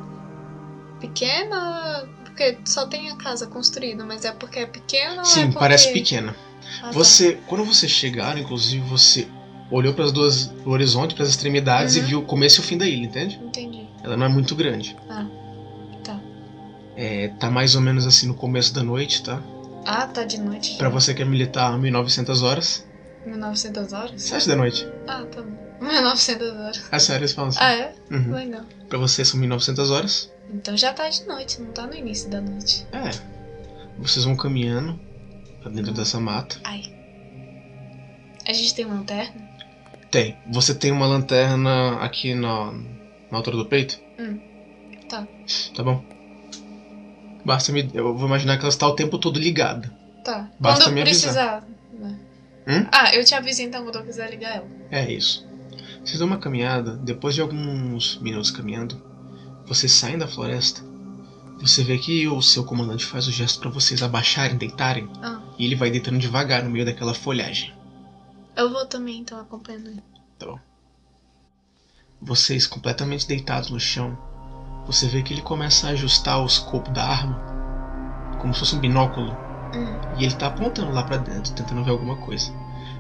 Speaker 2: pequena, porque só tem a casa construída, mas é porque é pequena ou é
Speaker 1: Sim,
Speaker 2: porque...
Speaker 1: parece pequena.
Speaker 2: Ah, tá.
Speaker 1: Você, quando você chegar, inclusive, você olhou para as duas, o horizonte, para as extremidades
Speaker 2: Uhum.
Speaker 1: e viu o começo e o fim da ilha, entende?
Speaker 2: Entendi.
Speaker 1: Ela não é muito grande.
Speaker 2: Ah, tá.
Speaker 1: É, tá mais ou menos assim no começo da noite, tá?
Speaker 2: Ah, tá de noite.
Speaker 1: Pra você que é militar, 1900 horas.
Speaker 2: 1900 horas?
Speaker 1: 7 da noite.
Speaker 2: Ah, tá bom. 1900 horas.
Speaker 1: É sério, eles falam assim.
Speaker 2: Ah, é?
Speaker 1: Uhum.
Speaker 2: Legal.
Speaker 1: Pra você são 1900 horas.
Speaker 2: Então já tá de noite, não tá no início da noite.
Speaker 1: É. Vocês vão caminhando pra dentro dessa mata.
Speaker 2: Ai. A gente tem lanterna?
Speaker 1: Tem. Você tem uma lanterna aqui na, na altura do peito?
Speaker 2: Hum. Tá.
Speaker 1: Tá bom. Basta me. Eu vou imaginar que ela está o tempo todo ligada.
Speaker 2: Tá.
Speaker 1: Basta
Speaker 2: quando
Speaker 1: me
Speaker 2: precisar.
Speaker 1: avisar.
Speaker 2: né?
Speaker 1: Hum?
Speaker 2: Ah, eu te aviso então quando eu quiser ligar ela.
Speaker 1: É isso. Vocês dão uma caminhada, depois de alguns minutos caminhando, vocês saem da floresta. Você vê que o seu comandante faz o gesto pra vocês abaixarem, deitarem,
Speaker 2: Ah,
Speaker 1: e ele vai deitando devagar no meio daquela folhagem.
Speaker 2: eu vou também então acompanhando ele.
Speaker 1: Vocês completamente deitados no chão, você vê que ele começa a ajustar o escopo da arma, como se fosse um binóculo.
Speaker 2: Hum,
Speaker 1: E ele tá apontando lá pra dentro, tentando ver alguma coisa.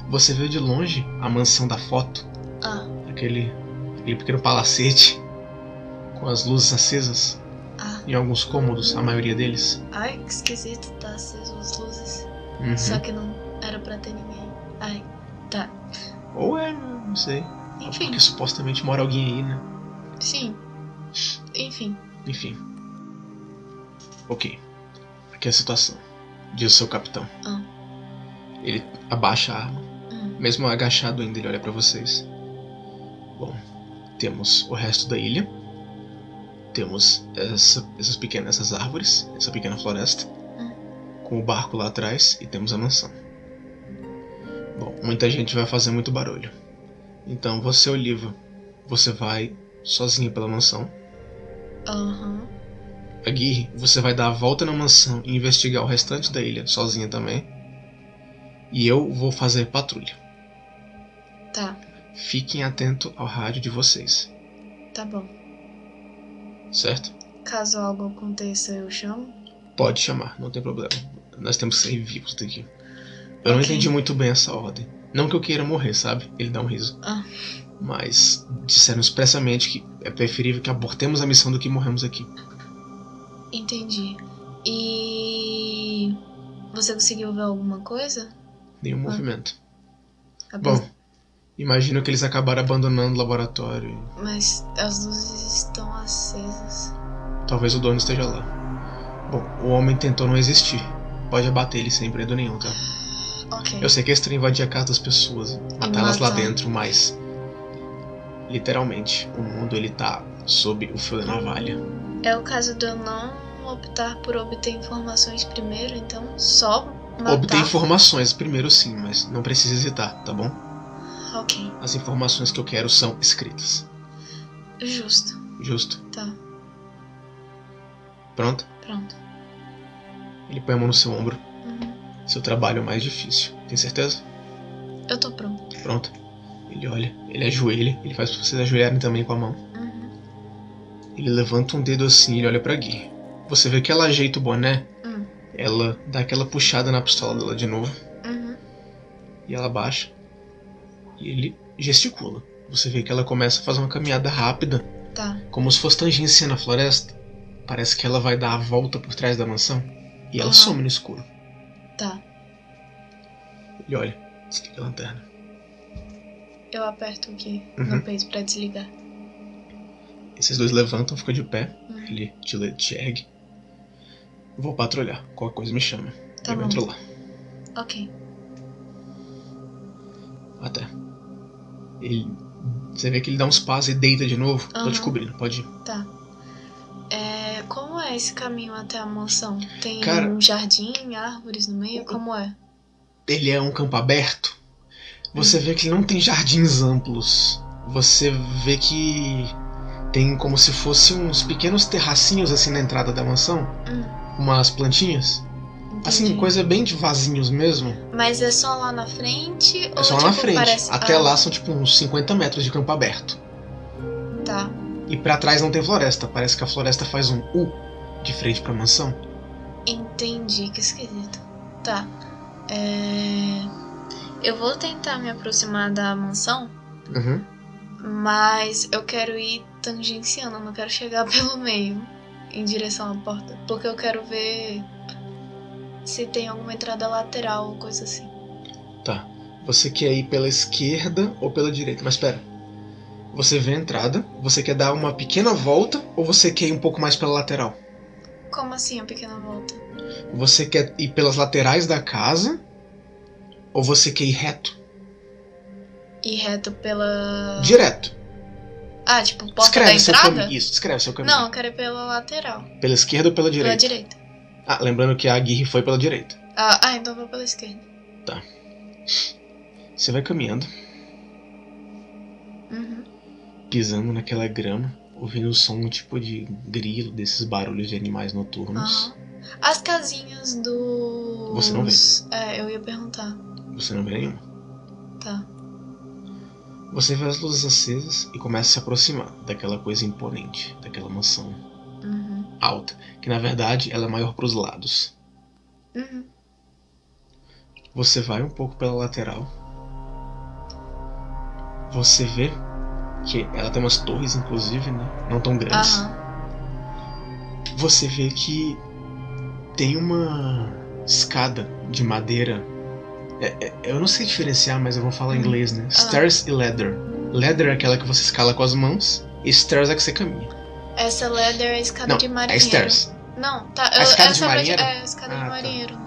Speaker 1: Você vê de longe a mansão da foto,
Speaker 2: Ah,
Speaker 1: aquele, aquele pequeno palacete com as luzes acesas
Speaker 2: Ah,
Speaker 1: em alguns cômodos, a maioria deles.
Speaker 2: ai, que esquisito, tá aceso as luzes.
Speaker 1: Uhum.
Speaker 2: Só que não era pra ter ninguém. Ai, tá.
Speaker 1: Ou é, não sei.
Speaker 2: Enfim,
Speaker 1: Porque supostamente mora alguém aí, né?
Speaker 2: sim. Enfim,
Speaker 1: Enfim. Ok. Aqui é a situação. Diz o seu capitão.
Speaker 2: Ah.
Speaker 1: Ele abaixa a arma.
Speaker 2: Hum.
Speaker 1: Mesmo agachado ainda, ele olha pra vocês. Bom, temos o resto da ilha. Temos essa- essas pequenas essas árvores, essa pequena floresta.
Speaker 2: Hum.
Speaker 1: Com o barco lá atrás e temos a mansão. Bom, muita gente vai fazer muito barulho. Então, você, Oliva, você vai sozinha pela mansão.
Speaker 2: aham.
Speaker 1: Aguirre, você vai dar a volta na mansão e investigar o restante da ilha sozinha também. E eu vou fazer patrulha.
Speaker 2: Tá,
Speaker 1: Fiquem atento ao rádio de vocês,
Speaker 2: tá bom.
Speaker 1: certo?
Speaker 2: Caso algo aconteça, eu chamo.
Speaker 1: Pode chamar, não tem problema. Nós temos que sair vivos daqui. Eu não
Speaker 2: Ok.
Speaker 1: entendi muito bem essa ordem. Não que eu queira morrer, sabe? Ele dá um riso.
Speaker 2: Ah.
Speaker 1: Mas disseram expressamente que é preferível que abortemos a missão do que morremos aqui.
Speaker 2: Entendi. E. Você conseguiu ver alguma coisa?
Speaker 1: Nenhum
Speaker 2: Ah. tá
Speaker 1: movimento.
Speaker 2: Apes-
Speaker 1: Bom, imagino que eles acabaram abandonando o laboratório. e-
Speaker 2: Mas as luzes estão acesas.
Speaker 1: Talvez o dono esteja lá. Bom, o homem tentou não existir. Pode abater ele sem medo nenhum, tá?
Speaker 2: Ok.
Speaker 1: Eu sei que é estranho invadir a casa das pessoas, matá-las lá
Speaker 2: matar.
Speaker 1: dentro, mas. Literalmente, o mundo ele tá sob o fio da navalha.
Speaker 2: É o caso de eu não optar por obter informações primeiro, então só matar.
Speaker 1: Obter informações primeiro sim, mas não precisa hesitar, tá bom?
Speaker 2: Ok,
Speaker 1: As informações que eu quero são escritas.
Speaker 2: justo.
Speaker 1: Justo?
Speaker 2: Tá,
Speaker 1: Pronto?
Speaker 2: pronto.
Speaker 1: Ele põe a mão no seu ombro.
Speaker 2: Uhum.
Speaker 1: Seu trabalho é o mais difícil. Tem certeza?
Speaker 2: Eu tô pronto.
Speaker 1: Pronto. Ele olha, ele ajoelha, ele faz vocês ajoelharem também com a mão.
Speaker 2: Uhum.
Speaker 1: Ele levanta um dedo assim e ele olha pra Gui. Você vê que ela ajeita o boné,
Speaker 2: Hum.
Speaker 1: ela dá aquela puxada na pistola dela de novo,
Speaker 2: Uhum.
Speaker 1: e ela baixa. E ele gesticula. Você vê que ela começa a fazer uma caminhada rápida,
Speaker 2: Tá,
Speaker 1: como se fosse tangência na floresta. Parece que ela vai dar a volta por trás da mansão, e ela
Speaker 2: Aham.
Speaker 1: some no escuro.
Speaker 2: tá.
Speaker 1: Ele olha, desliga a lanterna.
Speaker 2: Eu aperto aqui
Speaker 1: Uhum.
Speaker 2: no peito pra desligar.
Speaker 1: Esses dois levantam, ficam de pé,
Speaker 2: Uhum.
Speaker 1: ele te, le- te ergue. Vou patrulhar, qualquer coisa me chama.
Speaker 2: Tá
Speaker 1: Eu
Speaker 2: bom.
Speaker 1: entro lá.
Speaker 2: Ok.
Speaker 1: Até. Ele. Você vê que ele dá uns passos e deita de novo. Tô
Speaker 2: Aham.
Speaker 1: te cobrindo, pode ir.
Speaker 2: É, como é esse caminho até a mansão? Tem
Speaker 1: Cara-
Speaker 2: um jardim, árvores no meio? Como é?
Speaker 1: Ele é um campo aberto.
Speaker 2: Hum.
Speaker 1: Você vê que ele não tem jardins amplos. Você vê que tem como se fosse uns pequenos terracinhos assim na entrada da mansão.
Speaker 2: Hum,
Speaker 1: Umas plantinhas. Assim,
Speaker 2: entendi.
Speaker 1: coisa bem de vasinhos mesmo.
Speaker 2: Mas é só lá na frente?
Speaker 1: É só
Speaker 2: ou,
Speaker 1: lá na
Speaker 2: tipo,
Speaker 1: frente.
Speaker 2: Parece...
Speaker 1: Até
Speaker 2: Ah,
Speaker 1: lá são tipo uns 50 metros de campo aberto.
Speaker 2: Tá.
Speaker 1: E pra trás não tem floresta. Parece que a floresta faz um U de frente pra mansão.
Speaker 2: Entendi, que esquisito. Tá. É... Eu vou tentar me aproximar da mansão,
Speaker 1: Uhum.
Speaker 2: mas eu quero ir tangenciando, eu não quero chegar pelo meio em direção à porta, porque eu quero ver se tem alguma entrada lateral ou coisa assim.
Speaker 1: Tá. Você quer ir pela esquerda ou pela direita? Mas pera. Você vê a entrada, você quer dar uma pequena volta ou você quer ir um pouco mais pela lateral?
Speaker 2: Como assim a pequena volta?
Speaker 1: Você quer ir pelas laterais da casa ou você quer ir reto?
Speaker 2: Ir reto pela.
Speaker 1: Direto.
Speaker 2: Ah, tipo, porta
Speaker 1: Descreve seu
Speaker 2: da entrada?
Speaker 1: caminho. Isso, descreve seu caminho.
Speaker 2: Não, eu quero ir pela lateral.
Speaker 1: Pela esquerda ou pela
Speaker 2: Pela
Speaker 1: direita?
Speaker 2: direita.
Speaker 1: Ah, lembrando que a Aguirre foi pela direita.
Speaker 2: Ah, ah, então eu vou pela esquerda.
Speaker 1: Você vai caminhando,
Speaker 2: Uhum.
Speaker 1: pisando naquela grama, ouvindo o som tipo de grilo, desses barulhos de animais noturnos.
Speaker 2: Aham. As casinhas do.
Speaker 1: Você não vê.
Speaker 2: É, eu ia perguntar.
Speaker 1: Você não vê nenhuma.
Speaker 2: Tá.
Speaker 1: Você vê as luzes acesas e começa a se aproximar daquela coisa imponente, daquela mansão
Speaker 2: Uhum.
Speaker 1: alta, que na verdade ela é maior para os lados.
Speaker 2: Uhum.
Speaker 1: Você vai um pouco pela lateral. Você vê que ela tem umas torres, inclusive, né? Não tão grandes.
Speaker 2: Aham.
Speaker 1: Você vê que tem uma escada de madeira. É- é- eu não sei diferenciar, mas eu vou falar em inglês, né? Stairs e ladder. Ladder é aquela que você escala com as mãos, e stairs é que você caminha.
Speaker 2: Essa ladder é a escada
Speaker 1: Não,
Speaker 2: de
Speaker 1: é
Speaker 2: marinheiro.
Speaker 1: stairs.
Speaker 2: Não, tá.
Speaker 1: A
Speaker 2: eu-
Speaker 1: escada de
Speaker 2: essa pra-
Speaker 1: marinheiro?
Speaker 2: É, a escada
Speaker 1: Ah,
Speaker 2: de
Speaker 1: tá.
Speaker 2: marinheiro.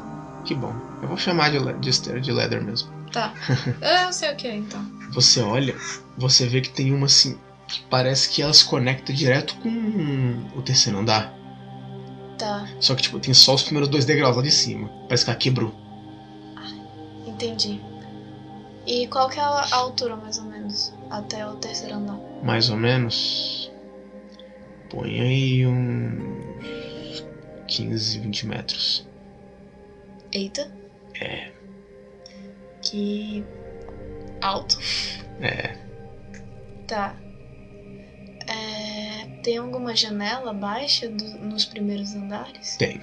Speaker 1: Que bom. Eu vou chamar de, la- de stairs, de ladder mesmo.
Speaker 2: Tá. eu sei o que é, então.
Speaker 1: Você olha, você vê que tem uma assim que parece que ela se conecta direto com o terceiro andar.
Speaker 2: Tá,
Speaker 1: Só que tipo, tem só os primeiros dois degraus lá de cima. Parece que ela quebrou.
Speaker 2: entendi. E qual que é a altura, mais ou menos? Até o terceiro andar.
Speaker 1: Mais ou menos. Põe aí um. 15, 20 metros.
Speaker 2: Eita. É. Que. alto.
Speaker 1: É.
Speaker 2: Tá. É, Tem alguma janela baixa do- nos primeiros andares?
Speaker 1: Tem.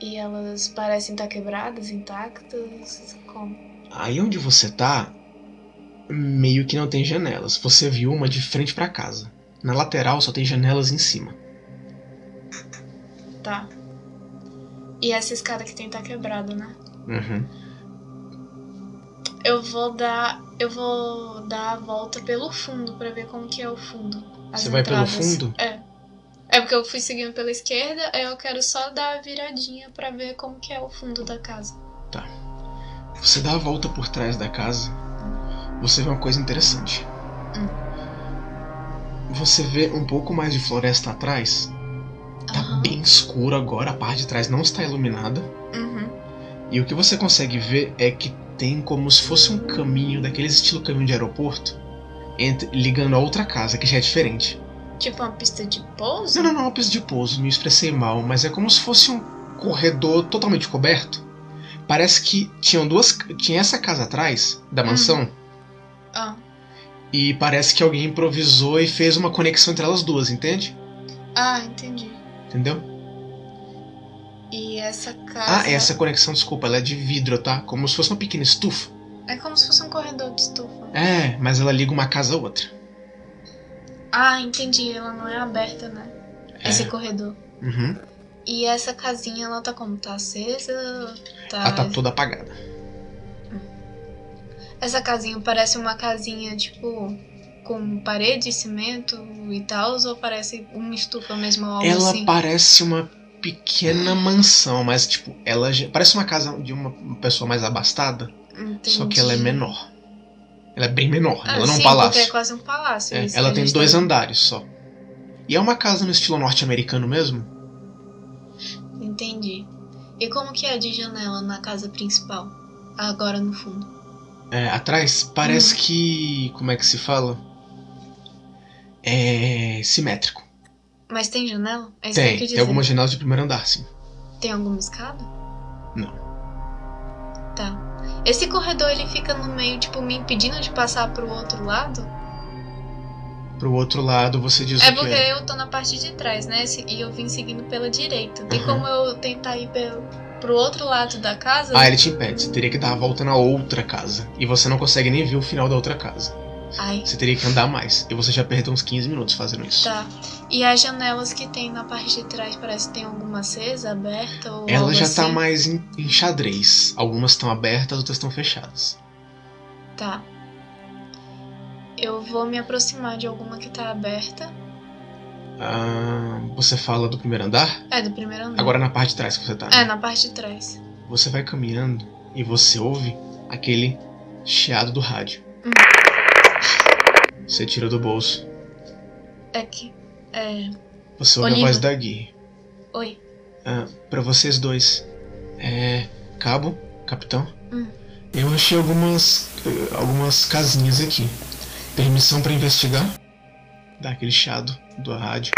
Speaker 2: E elas parecem estar quebradas, intactas? Como?
Speaker 1: Aí onde você tá, meio que não tem janelas. Você viu uma de frente pra casa. Na lateral só tem janelas em cima.
Speaker 2: Tá. E essa escada que tem tá quebrada, né?
Speaker 1: Uhum.
Speaker 2: Eu vou dar. Eu vou dar a volta pelo fundo pra ver como que é o fundo. as
Speaker 1: Você vai pelo
Speaker 2: entradas.
Speaker 1: fundo?
Speaker 2: É. É porque eu fui seguindo pela esquerda, aí eu quero só dar a viradinha pra ver como que é o fundo da casa.
Speaker 1: Você dá a volta por trás da casa, você vê uma coisa interessante. Você vê um pouco mais de floresta atrás. Tá
Speaker 2: Aham.
Speaker 1: bem escuro agora, a parte de trás não está iluminada.
Speaker 2: Uhum.
Speaker 1: E o que você consegue ver é que tem como se fosse um caminho, daquele estilo caminho de aeroporto, entre- ligando a outra casa, que já é diferente.
Speaker 2: Tipo uma pista de pouso?
Speaker 1: Não, não, não, uma pista de pouso, me expressei mal, mas é como se fosse um corredor totalmente coberto. Parece que tinham duas. Tinha essa casa atrás, da mansão.
Speaker 2: Ah,
Speaker 1: E parece que alguém improvisou e fez uma conexão entre elas duas, entende?
Speaker 2: ah, entendi.
Speaker 1: Entendeu?
Speaker 2: E essa casa.
Speaker 1: Ah, essa conexão, desculpa, ela é de vidro, tá? Como se fosse uma pequena estufa.
Speaker 2: É como se fosse um corredor de estufa.
Speaker 1: É, mas ela liga uma casa a outra.
Speaker 2: Ah, entendi. Ela não é aberta, né? Esse corredor.
Speaker 1: É, Uhum.
Speaker 2: E essa casinha, ela tá como? Tá acesa? Tá.
Speaker 1: Ela tá toda apagada.
Speaker 2: Essa casinha parece uma casinha, tipo, com parede, cimento e tal, ou parece uma estufa mesmo ou algo
Speaker 1: ela
Speaker 2: assim?
Speaker 1: parece uma pequena mansão, mas tipo, ela já- parece uma casa de uma uma pessoa mais abastada,
Speaker 2: Entendi.
Speaker 1: só que ela é menor. Ela é bem menor,
Speaker 2: Ah,
Speaker 1: ela não é um
Speaker 2: sim,
Speaker 1: palácio.
Speaker 2: porque é quase um palácio.
Speaker 1: É,
Speaker 2: isso
Speaker 1: ela
Speaker 2: que a
Speaker 1: tem
Speaker 2: gente
Speaker 1: dois
Speaker 2: tá-
Speaker 1: andares só. E é uma casa no estilo norte-americano mesmo?
Speaker 2: Entendi. E como que é de janela na casa principal? Agora no fundo.
Speaker 1: É, atrás
Speaker 2: Hum.
Speaker 1: parece que. Como é que se fala? É. simétrico.
Speaker 2: Mas tem janela? É isso que eu
Speaker 1: tem,
Speaker 2: quis
Speaker 1: tem
Speaker 2: dizer.
Speaker 1: algumas janelas de primeiro andar, sim.
Speaker 2: Tem alguma escada?
Speaker 1: Não.
Speaker 2: Tá. Esse corredor ele fica no meio, tipo, me impedindo de passar pro outro lado?
Speaker 1: Pro outro lado você diz
Speaker 2: É
Speaker 1: o
Speaker 2: porque
Speaker 1: quê?
Speaker 2: eu tô na parte de trás, né? Se- E eu vim seguindo pela direita. Tem
Speaker 1: Uhum.
Speaker 2: como eu tentar ir pelo, pro outro lado da casa?
Speaker 1: Ah, ele te impede. Você teria que dar a volta na outra casa. E você não consegue nem ver o final da outra casa.
Speaker 2: Ai,
Speaker 1: Você teria que andar mais. E você já perdeu uns 15 minutos fazendo isso.
Speaker 2: tá. E as janelas que tem na parte de trás parece que tem alguma acesa, aberta ou
Speaker 1: Ela
Speaker 2: algo
Speaker 1: já tá
Speaker 2: assim?
Speaker 1: mais em, em xadrez. Algumas estão abertas, outras estão fechadas.
Speaker 2: Tá. Eu vou me aproximar de alguma que tá aberta.
Speaker 1: Ah, você fala do primeiro andar?
Speaker 2: É, do primeiro andar.
Speaker 1: Agora na parte de trás que você tá. né?
Speaker 2: É, na parte de trás.
Speaker 1: Você vai caminhando e você ouve aquele chiado do rádio. Você tira do bolso.
Speaker 2: É que. É.
Speaker 1: Você ouve
Speaker 2: Oliva.
Speaker 1: a voz da Gui.
Speaker 2: Oi.
Speaker 1: Ah, pra vocês dois. É. Cabo, capitão.
Speaker 2: Hum.
Speaker 1: Eu achei algumas. eh, algumas casinhas aqui. Permissão pra investigar? Dá aquele chiado do rádio.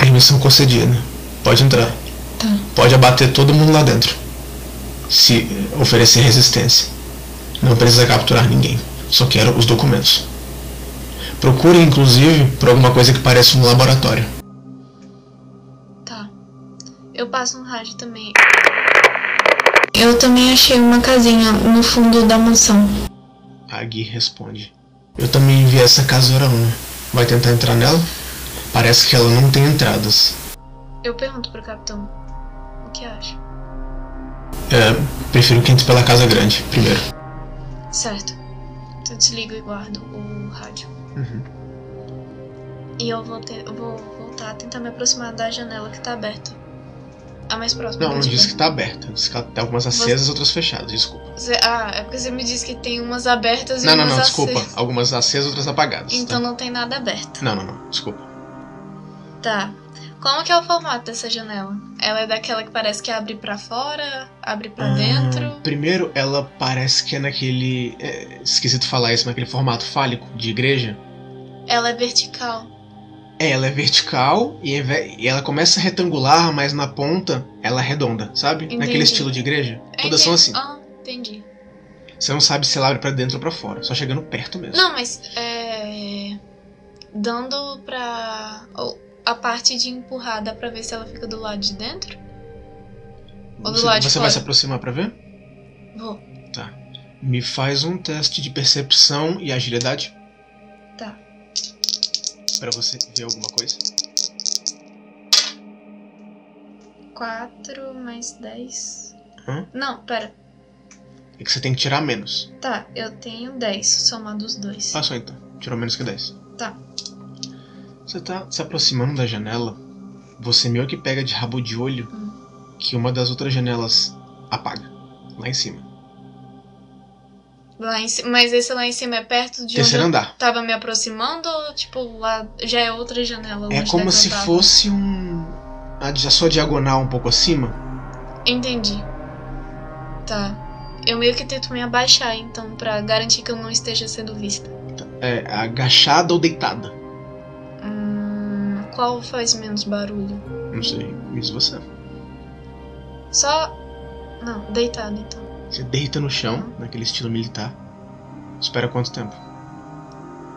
Speaker 1: Permissão concedida. Pode entrar.
Speaker 2: Tá.
Speaker 1: Pode abater todo mundo lá dentro. Se eh, oferecer resistência. Não precisa capturar ninguém. Só quero os documentos. Procure, inclusive, por alguma coisa que pareça um laboratório.
Speaker 2: Tá. Eu passo um rádio também. Eu também achei uma casinha no fundo da mansão.
Speaker 1: A Gui responde. Eu também enviei essa casa hora 1. Vai tentar entrar nela? Parece que ela não tem entradas.
Speaker 2: Eu pergunto pro capitão. O que acha?
Speaker 1: É, prefiro que entre pela casa grande, primeiro.
Speaker 2: Certo. Então Eu desligo e guardo o rádio.
Speaker 1: Uhum.
Speaker 2: E eu vou, ter, eu vou voltar a tentar me aproximar da janela que tá aberta. A mais próxima.
Speaker 1: Não, não
Speaker 2: que
Speaker 1: diz
Speaker 2: tiver.
Speaker 1: que tá aberta. Diz que ela tem algumas
Speaker 2: Você-
Speaker 1: acesas, outras fechadas, desculpa.
Speaker 2: Cê- Ah, é porque você me disse que tem umas abertas e
Speaker 1: Não, não,
Speaker 2: umas
Speaker 1: não, desculpa.
Speaker 2: acesas.
Speaker 1: Algumas acesas, outras apagadas. tá?
Speaker 2: Então não tem nada aberto.
Speaker 1: Não, não, não, desculpa.
Speaker 2: Tá. Como que é o formato dessa janela? Ela é daquela que parece que abre pra fora, abre pra
Speaker 1: Ah,
Speaker 2: dentro.
Speaker 1: primeiro, ela parece que é naquele. É, esquisito falar isso, naquele formato fálico de igreja.
Speaker 2: Ela é vertical.
Speaker 1: É, ela é vertical e, em ve- e ela começa retangular, mas na ponta ela é redonda, sabe? Naquele
Speaker 2: Entendi.
Speaker 1: estilo de igreja.
Speaker 2: Eu
Speaker 1: Todas são assim.
Speaker 2: entendi. Ah, entendi.
Speaker 1: Você não sabe se ela abre pra dentro ou pra fora, só chegando perto mesmo.
Speaker 2: Não, mas é. Dando pra. ou A parte de empurrar, dá pra ver se ela fica do lado de dentro? Ou do
Speaker 1: você
Speaker 2: lado de
Speaker 1: você vai
Speaker 2: fora.
Speaker 1: se aproximar pra ver?
Speaker 2: Vou.
Speaker 1: Me faz um teste de percepção e agilidade.
Speaker 2: Tá.
Speaker 1: Pra você ver alguma coisa.
Speaker 2: 4 mais 10.
Speaker 1: Hã?
Speaker 2: Não, pera.
Speaker 1: É que você tem que tirar menos.
Speaker 2: Tá, eu tenho 10, somado os dois.
Speaker 1: Passou então. Tirou menos que 10.
Speaker 2: Tá.
Speaker 1: Você tá se aproximando da janela. Você meio que pega de rabo de olho
Speaker 2: Hum.
Speaker 1: que uma das outras janelas apaga. Lá em cima.
Speaker 2: Lá em ci- Mas esse lá em cima é perto de onde
Speaker 1: Terceiro
Speaker 2: eu
Speaker 1: andar.
Speaker 2: tava me aproximando ou, tipo, lá já é outra janela?
Speaker 1: É
Speaker 2: longe
Speaker 1: como
Speaker 2: da que eu
Speaker 1: se
Speaker 2: tava?
Speaker 1: fosse um. A di- a sua diagonal um pouco acima.
Speaker 2: Entendi. Tá. Eu meio que tento me abaixar, então, pra garantir que eu não esteja sendo vista.
Speaker 1: É agachada ou deitada.
Speaker 2: Hum, qual faz menos barulho?
Speaker 1: Não sei. Isso você.
Speaker 2: Só. Não, deitado então.
Speaker 1: Você deita no chão, naquele estilo militar. Espera quanto tempo?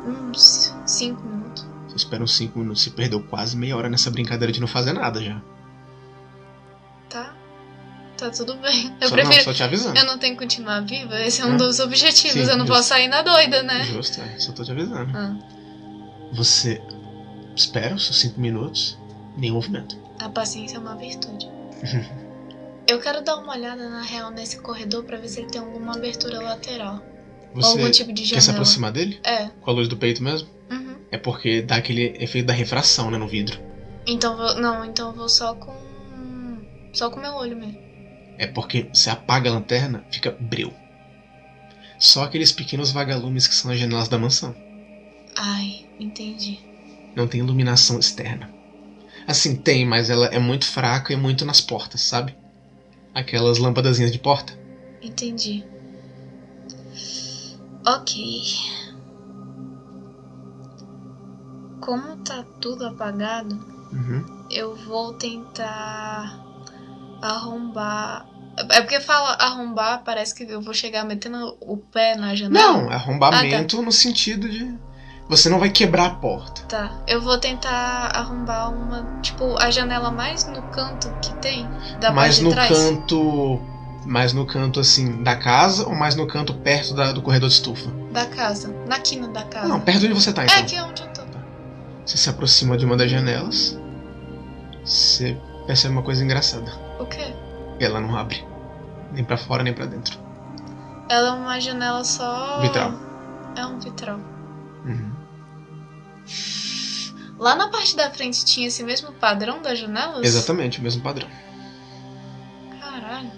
Speaker 2: Uns 5 minutos.
Speaker 1: Você espera uns 5 minutos. Você perdeu quase meia hora nessa brincadeira de não fazer nada já.
Speaker 2: Tá? Tá tudo bem. Eu
Speaker 1: só,
Speaker 2: prefiro.
Speaker 1: não, só te avisando.
Speaker 2: Eu não tenho que continuar viva, esse é um
Speaker 1: Hã?
Speaker 2: dos objetivos.
Speaker 1: Sim,
Speaker 2: eu não
Speaker 1: justo.
Speaker 2: posso sair na doida, né?
Speaker 1: Justo, é. Só tô te avisando.
Speaker 2: Ah,
Speaker 1: Você espera os seus 5 minutos, nenhum movimento.
Speaker 2: a paciência é uma virtude. eu quero dar uma olhada na real nesse corredor pra ver se ele tem alguma abertura lateral. ou
Speaker 1: Você
Speaker 2: algum tipo de
Speaker 1: quer se
Speaker 2: janela.
Speaker 1: aproximar dele?
Speaker 2: É.
Speaker 1: Com a luz do peito mesmo?
Speaker 2: Uhum.
Speaker 1: É porque dá aquele efeito da refração, né, no vidro.
Speaker 2: Então vou. Não, então vou só com. Só com meu olho mesmo.
Speaker 1: É porque você apaga a lanterna, fica breu. Só aqueles pequenos vagalumes que são as janelas da mansão.
Speaker 2: Ai, entendi.
Speaker 1: Não tem iluminação externa. Assim, tem, mas ela é muito fraca e muito nas portas, sabe? Aquelas lâmpadazinhas de porta.
Speaker 2: Entendi. Ok. Como tá tudo apagado,
Speaker 1: Uhum.
Speaker 2: eu vou tentar arrombar. É porque fala arrombar, parece que eu vou chegar metendo o pé na janela.
Speaker 1: Não, arrombamento no sentido de. Você não vai quebrar a porta.
Speaker 2: Tá. Eu vou tentar arrombar uma. Tipo, a janela mais no canto que tem. Da
Speaker 1: mais
Speaker 2: parte de
Speaker 1: no
Speaker 2: trás.
Speaker 1: canto. Mais no canto, assim, da casa ou mais no canto perto da- do corredor de estufa?
Speaker 2: Da casa. Na quina da casa.
Speaker 1: Não, perto de onde você tá,
Speaker 2: é
Speaker 1: então.
Speaker 2: aqui onde eu tô.
Speaker 1: Você se aproxima de uma das janelas. Você percebe uma coisa engraçada.
Speaker 2: O quê?
Speaker 1: Ela não abre. Nem pra fora, nem pra dentro.
Speaker 2: Ela é uma janela só.
Speaker 1: Vitral.
Speaker 2: É um vitral.
Speaker 1: Uhum.
Speaker 2: Lá na parte da frente tinha esse mesmo padrão das janelas?
Speaker 1: Exatamente, o mesmo padrão.
Speaker 2: Caralho.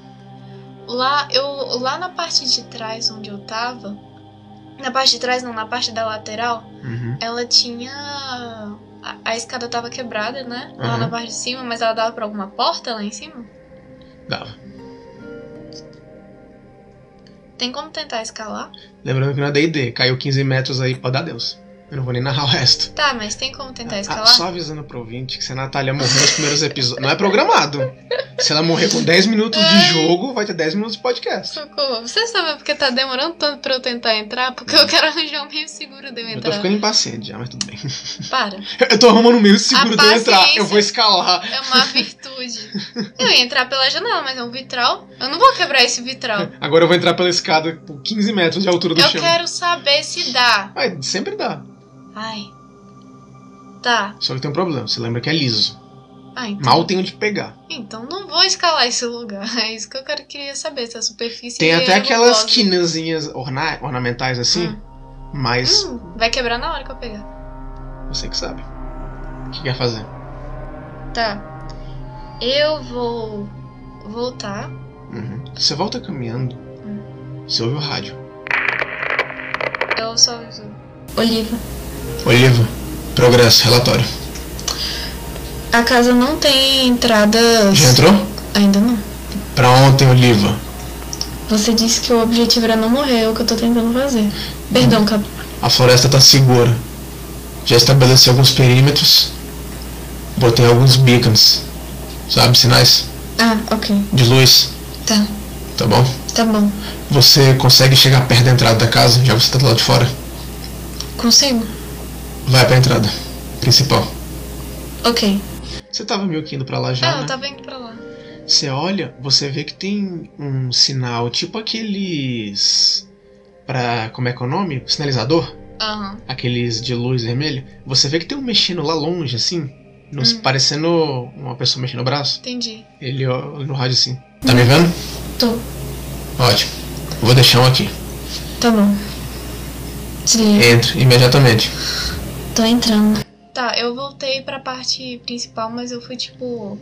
Speaker 2: Lá, eu, lá na parte de trás onde eu tava. Na parte de trás, não, na parte da lateral,
Speaker 1: Uhum.
Speaker 2: ela tinha. A, a escada tava quebrada, né? Lá
Speaker 1: Uhum.
Speaker 2: na parte de cima, mas ela dava pra alguma porta lá em cima?
Speaker 1: Dava.
Speaker 2: Tem como tentar escalar?
Speaker 1: Lembrando que não é DD, caiu 15 metros aí pra dar Deus. Eu não vou nem narrar o resto.
Speaker 2: Tá, mas tem como tentar
Speaker 1: Ah,
Speaker 2: escalar?
Speaker 1: só avisando pro ouvinte que se a Natália morrer nos primeiros episódios. Não é programado. Se ela morrer com 10 minutos de jogo, vai ter 10 minutos de podcast.
Speaker 2: Socorro. Você sabe porque tá demorando tanto pra eu tentar entrar? Porque eu quero arranjar um meio seguro de eu
Speaker 1: Uhum. Eu tô
Speaker 2: entrar.
Speaker 1: ficando impaciente já, mas tudo bem.
Speaker 2: Para. é
Speaker 1: Eu tô arrumando um meio seguro de eu entrar.
Speaker 2: paciência.
Speaker 1: Eu vou escalar.
Speaker 2: É uma virtude. Eu ia entrar pela janela, mas é um vitral. Eu não vou quebrar esse vitral.
Speaker 1: Agora eu vou entrar pela escada com 15 metros de altura do
Speaker 2: Eu
Speaker 1: chão.
Speaker 2: quero saber se dá.
Speaker 1: Mas sempre dá.
Speaker 2: Ai. Tá.
Speaker 1: Só que tem um problema. Você lembra que é liso.
Speaker 2: Ah, então.
Speaker 1: Mal tem onde pegar.
Speaker 2: Então não vou escalar esse lugar. É isso que eu quero, queria saber, se a superfície
Speaker 1: Tem
Speaker 2: é
Speaker 1: até aquelas
Speaker 2: rugosa.
Speaker 1: quinazinhas orna- ornamentais assim. Mas
Speaker 2: Hum, vai quebrar na hora que eu pegar. Hum.
Speaker 1: você que sabe. O que quer fazer?
Speaker 2: Tá. Eu vou voltar.
Speaker 1: Uhum. Você volta caminhando.
Speaker 2: Hum.
Speaker 1: Você ouve o rádio.
Speaker 2: Eu só Oliva.
Speaker 1: Oliva, progresso, relatório.
Speaker 2: A casa não tem entrada.
Speaker 1: Já entrou?
Speaker 2: Ainda não.
Speaker 1: Pra ontem, Oliva.
Speaker 2: Você disse que o objetivo era não morrer, é o que eu tô tentando fazer.
Speaker 1: Uhum.
Speaker 2: Perdão, Cabo.
Speaker 1: A floresta tá segura. Já estabeleci alguns perímetros. Botei alguns beacons. Sabe, sinais
Speaker 2: Ah, ok.
Speaker 1: de luz,
Speaker 2: Tá.
Speaker 1: tá bom?
Speaker 2: Tá bom.
Speaker 1: Você consegue chegar perto da entrada da casa, já que você tá do lado de fora?
Speaker 2: Consigo?
Speaker 1: Vai pra entrada principal.
Speaker 2: Ok.
Speaker 1: Você tava meio que indo pra lá já,
Speaker 2: Ah,
Speaker 1: né?
Speaker 2: eu tava indo pra lá.
Speaker 1: Você olha, você vê que tem um sinal, tipo aqueles... Pra... como é que é o nome? Sinalizador?
Speaker 2: Aham.
Speaker 1: aqueles de luz vermelha, você vê que tem um mexendo lá longe, assim, nos
Speaker 2: Hum.
Speaker 1: parecendo uma pessoa mexendo o braço.
Speaker 2: Entendi.
Speaker 1: Ele olha no rádio assim. Tá me vendo?
Speaker 2: Tô.
Speaker 1: Ótimo. Vou deixar um aqui.
Speaker 2: Tá bom. Desliga.
Speaker 1: Entre imediatamente. É.
Speaker 2: Tô entrando. Tá, eu voltei pra parte principal, mas eu fui, tipo,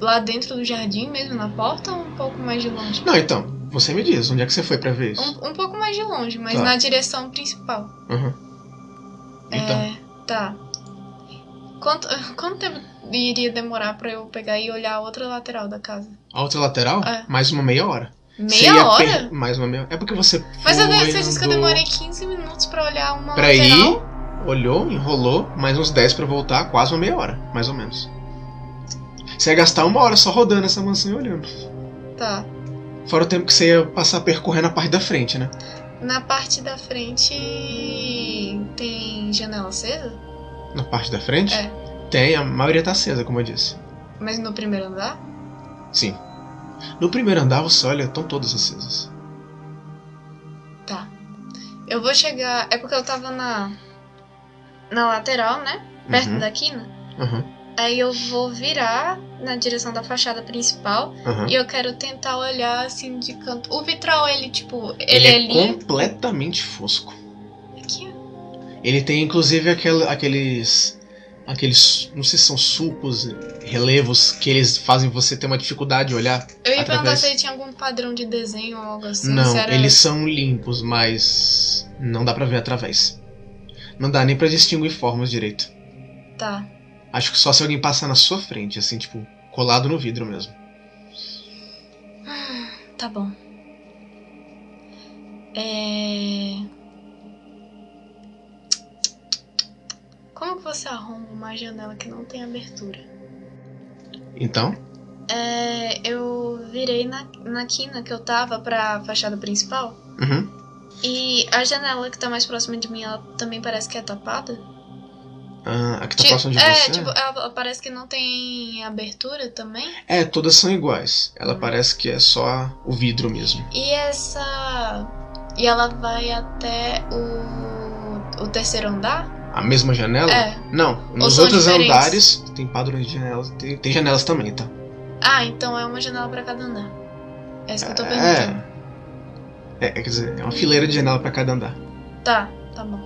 Speaker 2: lá dentro do jardim mesmo, na porta ou um pouco mais de longe?
Speaker 1: Não, então, você me diz, onde é que você foi pra ver isso?
Speaker 2: Um, um pouco mais de longe, mas
Speaker 1: Tá.
Speaker 2: na direção principal.
Speaker 1: Uhum. Então,
Speaker 2: Um. É, tá. Quanto, quanto tempo iria demorar pra eu pegar e olhar a outra lateral da casa?
Speaker 1: a outra lateral,
Speaker 2: É.
Speaker 1: mais uma meia hora. Você
Speaker 2: Meia
Speaker 1: ia
Speaker 2: hora?
Speaker 1: per- Mais uma meia hora. É porque você.
Speaker 2: Mas eu,
Speaker 1: foi,
Speaker 2: você disse que eu
Speaker 1: andou-
Speaker 2: demorei 15 minutos pra olhar uma
Speaker 1: Pra
Speaker 2: lateral.
Speaker 1: ir, olhou, enrolou, mais uns 10 pra voltar, quase uma meia hora, mais ou menos. Você ia gastar uma hora só rodando essa mansão e olhando.
Speaker 2: Tá.
Speaker 1: Fora o tempo que você ia passar percorrendo a parte da frente, né?
Speaker 2: Na parte da frente tem janela acesa?
Speaker 1: Na parte da frente?
Speaker 2: É.
Speaker 1: Tem, a maioria tá acesa, como eu disse.
Speaker 2: Mas no primeiro andar?
Speaker 1: Sim. No primeiro andar, você olha, estão todas acesas.
Speaker 2: Tá. Eu vou chegar. É porque eu tava na. Na lateral, né? Perto
Speaker 1: Uhum.
Speaker 2: da quina.
Speaker 1: Aham,
Speaker 2: Aí eu vou virar na direção da fachada principal.
Speaker 1: aham.
Speaker 2: E eu quero tentar olhar assim de canto. O vitral, ele, tipo,
Speaker 1: Ele
Speaker 2: ele, é
Speaker 1: é
Speaker 2: limpo.
Speaker 1: completamente fosco.
Speaker 2: Aqui, ó.
Speaker 1: Ele tem, inclusive, aquela- aqueles... Aqueles, não sei se são sulcos, relevos, que eles fazem você ter uma dificuldade de olhar.
Speaker 2: Eu ia perguntar
Speaker 1: Através-
Speaker 2: se ele tinha algum padrão de desenho ou algo assim.
Speaker 1: não,
Speaker 2: se era-
Speaker 1: eles são limpos, mas não dá pra ver através. Não dá nem pra distinguir formas direito.
Speaker 2: Tá.
Speaker 1: Acho que só se alguém passar na sua frente, assim, tipo, colado no vidro mesmo.
Speaker 2: Tá bom. É... Como que você arruma uma janela que não tem abertura?
Speaker 1: Então,
Speaker 2: É, eu virei na, na quina que eu tava pra fachada principal.
Speaker 1: uhum,
Speaker 2: E a janela que tá mais próxima de mim, ela também parece que é tapada.
Speaker 1: ah, a que tá
Speaker 2: Ti-
Speaker 1: próxima de
Speaker 2: é,
Speaker 1: você.
Speaker 2: tipo, ela parece que não tem abertura também.
Speaker 1: É, todas são iguais. Ela parece que é só o vidro mesmo.
Speaker 2: E essa. E ela vai até o. o terceiro andar?
Speaker 1: A mesma janela?
Speaker 2: É.
Speaker 1: Não, nos
Speaker 2: são
Speaker 1: outros
Speaker 2: diferentes?
Speaker 1: andares tem padrões de janelas. Tem, tem janelas também, tá?
Speaker 2: Ah, então é uma janela pra cada andar. É isso que eu tô perguntando.
Speaker 1: é. É, é, quer dizer, é uma fileira de janela pra cada andar.
Speaker 2: Tá, tá bom.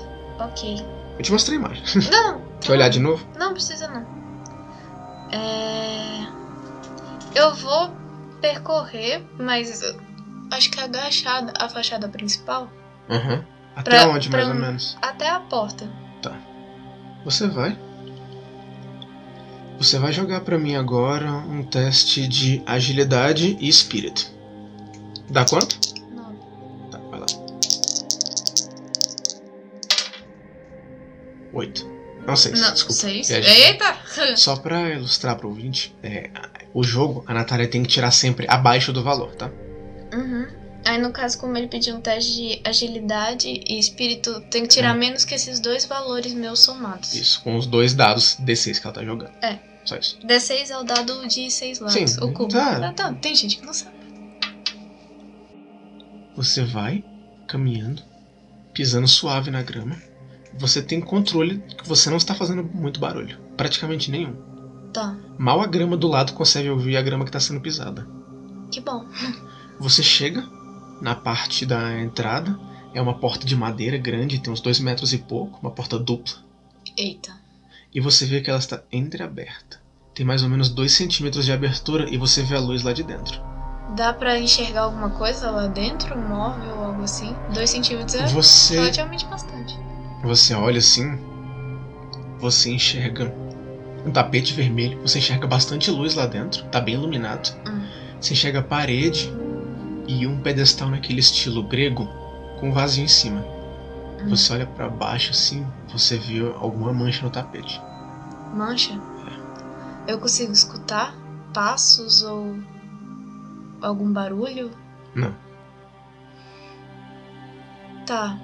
Speaker 2: Ok.
Speaker 1: Eu te mostrei a imagem.
Speaker 2: Não,
Speaker 1: Quer olhar de novo?
Speaker 2: não precisa não. É... Eu vou percorrer, mas eu acho que agachada a fachada principal
Speaker 1: Aham. Até
Speaker 2: Pra-
Speaker 1: onde, mais
Speaker 2: pra- um-
Speaker 1: ou menos?
Speaker 2: até a porta.
Speaker 1: Você vai. Você vai jogar pra mim agora um teste de agilidade e espírito. Dá quanto?
Speaker 2: Não.
Speaker 1: Tá, vai lá. Oito. Não, seis.
Speaker 2: Não,
Speaker 1: desculpa.
Speaker 2: seis.
Speaker 1: Viajei.
Speaker 2: Eita!
Speaker 1: Só pra ilustrar pro ouvinte, é, O jogo, a Natália tem que tirar sempre abaixo do valor, tá?
Speaker 2: Uhum. Aí, no caso, como ele pediu um teste de agilidade e espírito, tem que tirar
Speaker 1: É.
Speaker 2: menos que esses dois valores meus somados.
Speaker 1: Isso, com os dois dados D6 que ela tá jogando.
Speaker 2: É.
Speaker 1: Só isso.
Speaker 2: D6 é o dado de 6 lados,
Speaker 1: Sim,
Speaker 2: o cubo.
Speaker 1: tá.
Speaker 2: Ah, tá. Tem gente que não sabe.
Speaker 1: Você vai caminhando, pisando suave na grama. Você tem controle que você não está fazendo muito barulho. Praticamente nenhum.
Speaker 2: Tá,
Speaker 1: Mal a grama do lado consegue ouvir a grama que está sendo pisada.
Speaker 2: que bom.
Speaker 1: Você chega na parte da entrada. É uma porta de madeira grande, tem uns dois metros e pouco, uma porta dupla.
Speaker 2: Eita.
Speaker 1: E você vê que ela está entreaberta. Tem mais ou menos dois centímetros de abertura e você vê a luz lá de dentro.
Speaker 2: Dá pra enxergar alguma coisa lá dentro? Um móvel ou algo assim? 2 centímetros é
Speaker 1: Você
Speaker 2: relativamente bastante.
Speaker 1: Você olha assim, você enxerga um tapete vermelho, você enxerga bastante luz lá dentro, tá bem iluminado.
Speaker 2: Hum.
Speaker 1: Você enxerga a parede e um pedestal naquele estilo grego com um vazio em cima.
Speaker 2: Hum.
Speaker 1: Você olha pra baixo assim, você vê alguma mancha no tapete.
Speaker 2: Mancha? Eu consigo escutar passos ou algum barulho?
Speaker 1: Não.
Speaker 2: Tá.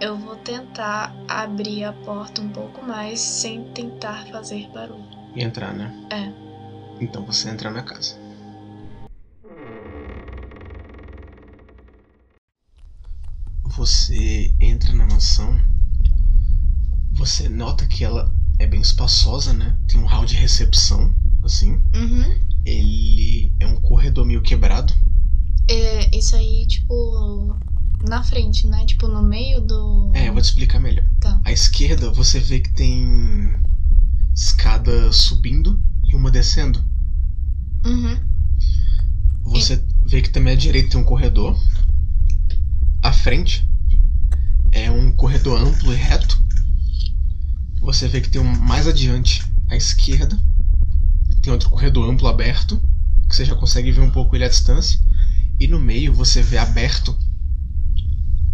Speaker 2: Eu vou tentar abrir a porta um pouco mais sem tentar fazer barulho.
Speaker 1: E entrar, né? É. Então você entra na casa. Você entra na mansão. Você nota que ela é bem espaçosa, né? Tem um hall de recepção, assim.
Speaker 2: Uhum.
Speaker 1: Ele é um corredor meio quebrado.
Speaker 2: É, isso aí, tipo, na frente, né? Tipo, no meio do.
Speaker 1: É, eu vou te explicar melhor.
Speaker 2: Tá.
Speaker 1: À esquerda você vê que tem escada subindo e uma descendo.
Speaker 2: Uhum.
Speaker 1: Você vê que também à direita tem um corredor. À frente é um corredor amplo e reto. Você vê que tem um mais adiante, à esquerda, tem outro corredor amplo aberto, que você já consegue ver um pouco ele à distância. E no meio você vê aberto,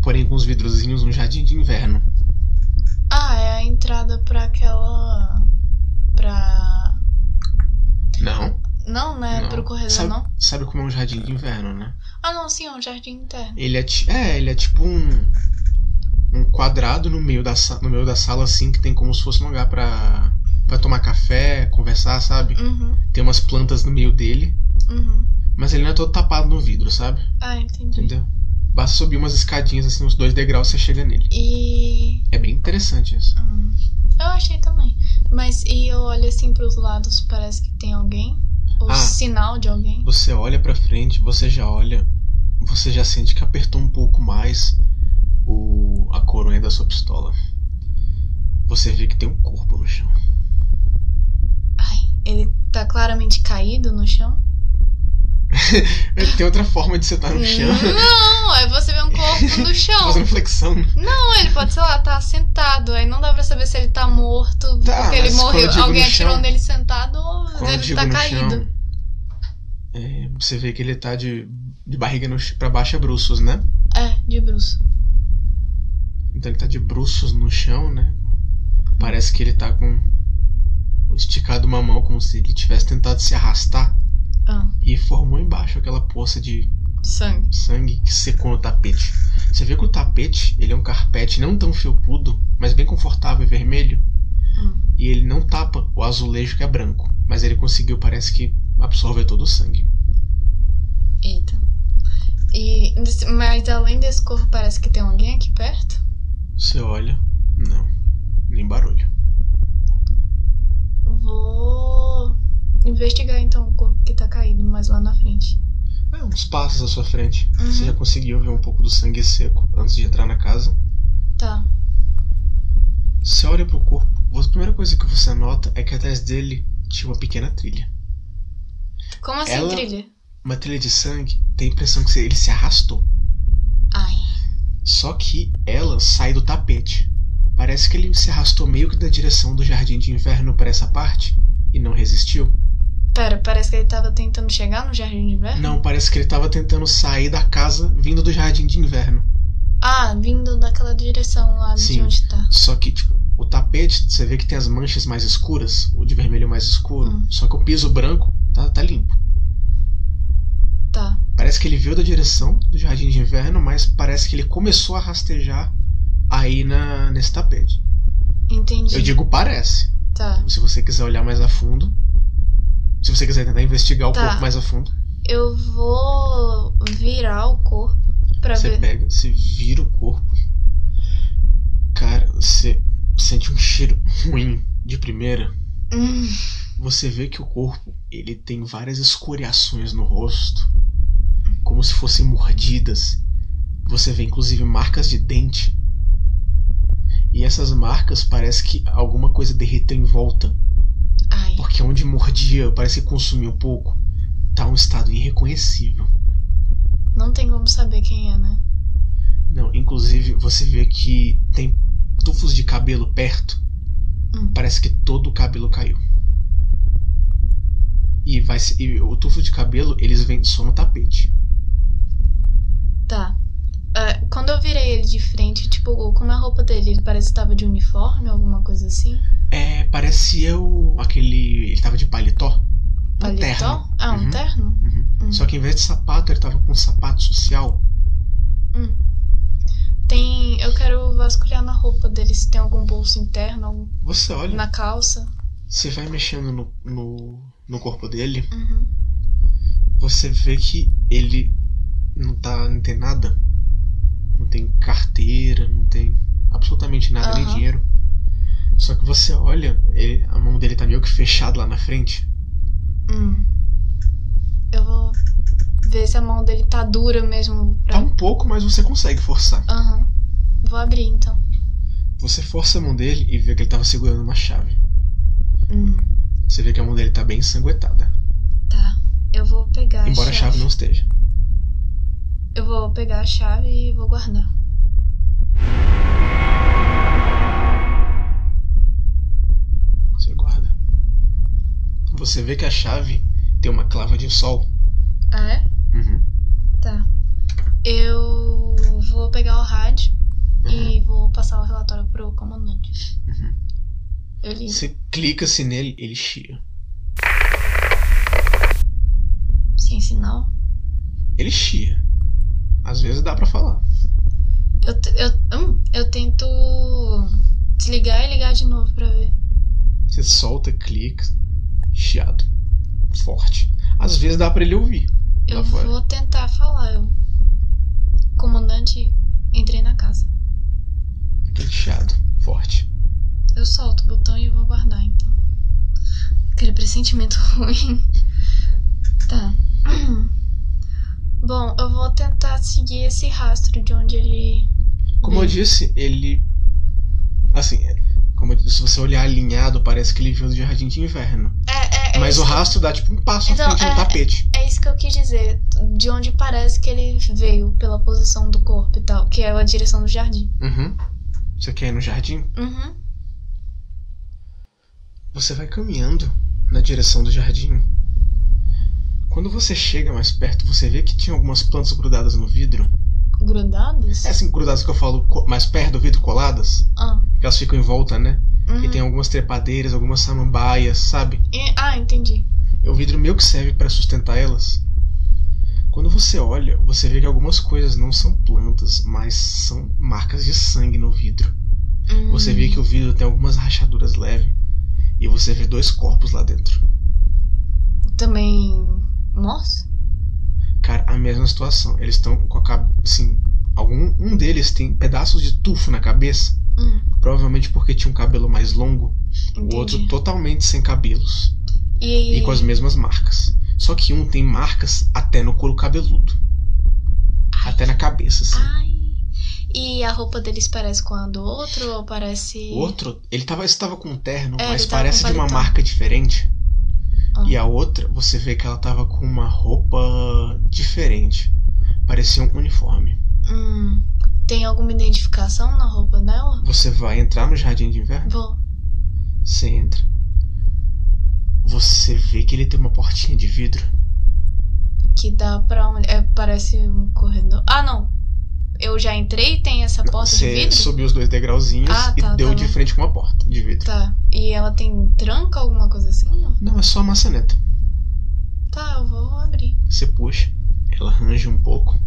Speaker 1: porém com os vidrozinhos, um jardim de inverno.
Speaker 2: Ah, é a entrada pra aquela. pra.
Speaker 1: Não.
Speaker 2: Não, né?
Speaker 1: Não.
Speaker 2: Pro corredor,
Speaker 1: Sabe-
Speaker 2: não?
Speaker 1: Sabe como é um jardim de inverno, né?
Speaker 2: Ah, não, sim, é um jardim interno.
Speaker 1: Ele é, ti- é, ele é tipo um, um quadrado no meio, da, sa- no meio da sala, assim, que tem como se fosse um lugar pra, pra tomar café, conversar, sabe?
Speaker 2: Uhum,
Speaker 1: Tem umas plantas no meio dele,
Speaker 2: uhum.
Speaker 1: mas ele não é todo tapado no vidro, sabe?
Speaker 2: Ah, entendi.
Speaker 1: Entendeu? Basta subir umas escadinhas, assim, uns dois degraus, você chega nele.
Speaker 2: E.
Speaker 1: É bem interessante isso.
Speaker 2: hum, eu achei também. Mas e eu olho assim pros lados, parece que tem alguém. Ou
Speaker 1: Ah.
Speaker 2: sinal de alguém.
Speaker 1: Você olha pra frente, você já olha, você já sente que apertou um pouco mais o, a coronha da sua pistola. Você vê que tem um corpo no chão.
Speaker 2: Ai, ele tá claramente caído no chão.
Speaker 1: É, Tem outra forma de você estar no chão.
Speaker 2: Hum, Não, é você vê um corpo no chão.
Speaker 1: Fazendo flexão. né?
Speaker 2: Não, ele pode, sei lá, tá sentado. Aí não dá pra saber se ele tá morto,
Speaker 1: Tá,
Speaker 2: porque ele
Speaker 1: mas quando eu
Speaker 2: morreu.
Speaker 1: digo
Speaker 2: Alguém
Speaker 1: no
Speaker 2: atirou
Speaker 1: chão-
Speaker 2: nele sentado ou
Speaker 1: Quando eu
Speaker 2: ele
Speaker 1: digo
Speaker 2: tá
Speaker 1: no
Speaker 2: caído.
Speaker 1: chão, é, você vê que ele tá de, de barriga no, ch- pra baixo é bruços, né?
Speaker 2: É, de bruxo.
Speaker 1: Então ele tá de bruços no chão, né? Parece que ele tá com esticado uma mão como se ele tivesse tentado se arrastar.
Speaker 2: Ah.
Speaker 1: E formou embaixo aquela poça de
Speaker 2: Sangue.
Speaker 1: sangue que secou no tapete. Você vê que o tapete, ele é um carpete não tão felpudo, mas bem confortável e vermelho.
Speaker 2: Hum.
Speaker 1: E ele não tapa o azulejo que é branco. Mas ele conseguiu, parece que, absorver todo o sangue.
Speaker 2: Eita. E, mas além desse corpo, parece que tem alguém aqui perto?
Speaker 1: Você olha, não, nem barulho.
Speaker 2: Vou investigar então o corpo que tá caído mais lá na frente.
Speaker 1: É, uns passos à sua frente.
Speaker 2: Uhum.
Speaker 1: Você já conseguiu ver um pouco do sangue seco antes de entrar na casa.
Speaker 2: Tá.
Speaker 1: Você olha pro corpo. A primeira coisa que você nota é que atrás dele tinha uma pequena trilha.
Speaker 2: Como assim,
Speaker 1: Ela-
Speaker 2: trilha?
Speaker 1: Uma trilha de sangue tem a impressão que ele se arrastou.
Speaker 2: Ai.
Speaker 1: Só que ela sai do tapete. Parece que ele se arrastou meio que da direção do jardim de inverno para essa parte e não resistiu.
Speaker 2: Pera, parece que ele tava tentando chegar no jardim de inverno?
Speaker 1: Não, parece que ele tava tentando sair da casa vindo do jardim de inverno.
Speaker 2: Ah, vindo daquela direção lá de
Speaker 1: Sim.
Speaker 2: onde tá.
Speaker 1: Só que, tipo, o tapete, você vê que tem as manchas mais escuras, o de vermelho mais escuro.
Speaker 2: Hum.
Speaker 1: Só que o piso branco Tá, tá limpo.
Speaker 2: Tá.
Speaker 1: Parece que ele veio da direção do jardim de inverno, mas parece que ele começou a rastejar aí na, nesse tapete.
Speaker 2: Entendi.
Speaker 1: Eu digo parece.
Speaker 2: Tá.
Speaker 1: Se você quiser olhar mais a fundo, se você quiser tentar investigar o
Speaker 2: Tá.
Speaker 1: corpo mais a fundo,
Speaker 2: Eu vou virar o corpo pra
Speaker 1: você
Speaker 2: ver.
Speaker 1: pega, você vira o corpo. Cara, você sente um cheiro ruim de primeira.
Speaker 2: Hum,
Speaker 1: Você vê que o corpo, ele tem várias escoriações no rosto, como se fossem mordidas. Você vê inclusive marcas de dente. E essas marcas parece que alguma coisa derreteu em volta,
Speaker 2: ai.
Speaker 1: porque onde mordia parece que consumiu pouco. Tá um estado irreconhecível.
Speaker 2: Não tem como saber quem é, né?
Speaker 1: Não, inclusive você vê que tem tufos de cabelo perto.
Speaker 2: Hum.
Speaker 1: Parece que todo o cabelo caiu. E, vai, se- e o tufo de cabelo, eles vêm só no tapete.
Speaker 2: Tá. Ah, quando eu virei ele de frente, tipo, como é a roupa dele? Ele parece que tava de uniforme, alguma coisa assim.
Speaker 1: É, parecia o. aquele. Ele tava de paletó. Um terno.
Speaker 2: Paletó? Ah, um
Speaker 1: Uhum.
Speaker 2: terno? Hum.
Speaker 1: Só que em vez de sapato, ele tava com um sapato social.
Speaker 2: Tem. Eu quero vasculhar na roupa dele se tem algum bolso interno, algum-
Speaker 1: Você olha,
Speaker 2: na calça.
Speaker 1: você vai mexendo no, no, no corpo dele,
Speaker 2: Uhum.
Speaker 1: você vê que ele não tá. não tem nada. Não tem carteira, não tem absolutamente nada, nem
Speaker 2: Aham.
Speaker 1: dinheiro. Só que você olha, ele- a mão dele tá meio que fechada lá na frente.
Speaker 2: Hum. Eu vou ver se a mão dele tá dura mesmo
Speaker 1: Tá
Speaker 2: pra.
Speaker 1: um pouco, mas você consegue forçar.
Speaker 2: Aham. Vou abrir então.
Speaker 1: Você força a mão dele e vê que ele tava segurando uma chave.
Speaker 2: Hum.
Speaker 1: Você vê que a mão dele tá bem ensanguentada.
Speaker 2: Tá. Eu vou pegar a
Speaker 1: Embora a chave não esteja.
Speaker 2: Eu vou pegar a chave e vou guardar.
Speaker 1: Você guarda. Você vê que a chave tem uma clava de sol.
Speaker 2: Ah, é?
Speaker 1: Uhum.
Speaker 2: Tá. Eu vou pegar o rádio e vou passar o relatório pro comandante.
Speaker 1: Uhum.
Speaker 2: Eu li.
Speaker 1: Você clica-se nele, ele chia.
Speaker 2: Sem sinal.
Speaker 1: Ele chia. Às vezes dá pra falar.
Speaker 2: Eu, t- eu, hum, eu tento desligar e ligar de novo pra ver.
Speaker 1: Você solta, clica. Chiado. Forte. Às vezes dá pra ele ouvir.
Speaker 2: Eu
Speaker 1: Lá fora.
Speaker 2: vou tentar falar. Eu... Comandante, entrei na casa.
Speaker 1: Aquele chiado. Forte.
Speaker 2: Eu solto o botão e vou guardar então. Aquele pressentimento ruim. Tá. Bom, eu vou tentar seguir esse rastro de onde ele.
Speaker 1: Como eu
Speaker 2: Bem.
Speaker 1: disse, ele. Assim, é- como eu disse, se você olhar alinhado, parece que ele veio do jardim de inverno.
Speaker 2: É, é, é
Speaker 1: Mas o
Speaker 2: isso que-
Speaker 1: rastro dá tipo um passo
Speaker 2: Então,
Speaker 1: à frente
Speaker 2: é-
Speaker 1: no tapete.
Speaker 2: É isso que eu quis dizer. De onde parece que ele veio, pela posição do corpo e tal, que é a direção do jardim.
Speaker 1: Uhum. Você quer ir no jardim?
Speaker 2: Uhum.
Speaker 1: Você vai caminhando na direção do jardim. Quando você chega mais perto, você vê que tinha algumas plantas grudadas no vidro.
Speaker 2: Grudados?
Speaker 1: É assim, grudadas que eu falo co- mais perto do vidro, coladas.
Speaker 2: Ah.
Speaker 1: Que elas ficam em volta, né?
Speaker 2: Uhum.
Speaker 1: E tem algumas trepadeiras, algumas samambaias, sabe?
Speaker 2: E- ah, entendi.
Speaker 1: É o vidro meio que serve para sustentar elas. Quando você olha, você vê que algumas coisas não são plantas, mas são marcas de sangue no vidro.
Speaker 2: Hum.
Speaker 1: Você vê que o vidro tem algumas rachaduras leves. E você vê dois corpos lá dentro.
Speaker 2: Também. Morto?
Speaker 1: Cara, a mesma situação. Eles estão com a cabeça. Assim, algum, um deles tem pedaços de tufo na cabeça.
Speaker 2: Hum.
Speaker 1: Provavelmente porque tinha um cabelo mais longo.
Speaker 2: Entendi.
Speaker 1: O outro totalmente sem cabelos.
Speaker 2: E,
Speaker 1: E com as mesmas marcas. Só que um tem marcas até no couro cabeludo.
Speaker 2: Ai.
Speaker 1: Até na cabeça, assim.
Speaker 2: Ai. E a roupa deles parece com a do outro ou parece.
Speaker 1: O outro, ele tava, estava com um terno,
Speaker 2: É,
Speaker 1: mas
Speaker 2: ele tava
Speaker 1: parece
Speaker 2: com
Speaker 1: de uma
Speaker 2: paletó.
Speaker 1: marca diferente.
Speaker 2: Ah.
Speaker 1: E a outra, você vê que ela tava com uma roupa diferente. Parecia um uniforme.
Speaker 2: Hum, tem alguma identificação na roupa dela?
Speaker 1: Você vai entrar no jardim de inverno?
Speaker 2: Vou.
Speaker 1: Você entra. Você vê que ele tem uma portinha de vidro.
Speaker 2: Que dá pra onde? É, parece um corredor. Ah, não. Eu já entrei e tem essa porta
Speaker 1: você
Speaker 2: de vidro?
Speaker 1: subiu os dois degrauzinhos
Speaker 2: Ah, tá,
Speaker 1: e deu
Speaker 2: tá
Speaker 1: de
Speaker 2: bom.
Speaker 1: frente com uma porta de vidro.
Speaker 2: Tá. E ela tem tranca, alguma coisa assim? ó?
Speaker 1: Não, é só a maçaneta.
Speaker 2: Tá, eu vou abrir.
Speaker 1: Você puxa, ela arranja um pouco.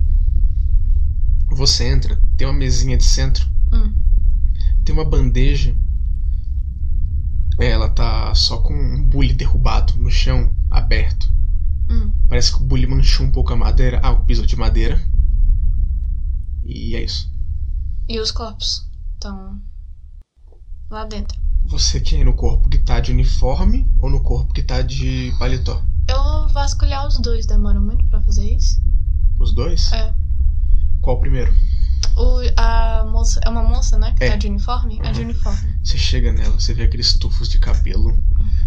Speaker 1: Você entra, tem uma mesinha de centro,
Speaker 2: Hum.
Speaker 1: tem uma bandeja. É, Ela tá só com um bule derrubado no chão, aberto.
Speaker 2: Hum.
Speaker 1: Parece que o bule manchou um pouco a madeira. Ah, o piso de madeira. E é isso.
Speaker 2: E os corpos estão lá dentro.
Speaker 1: Você quer ir no corpo que tá de uniforme ou no corpo que tá de paletó?
Speaker 2: Eu vou vasculhar os dois, demora muito pra fazer isso?
Speaker 1: Os dois?
Speaker 2: É.
Speaker 1: Qual o primeiro?
Speaker 2: O, a moça, é uma moça, né? Que
Speaker 1: É.
Speaker 2: tá de uniforme? É de
Speaker 1: Uhum.
Speaker 2: uniforme.
Speaker 1: Você chega nela, você vê aqueles tufos de cabelo,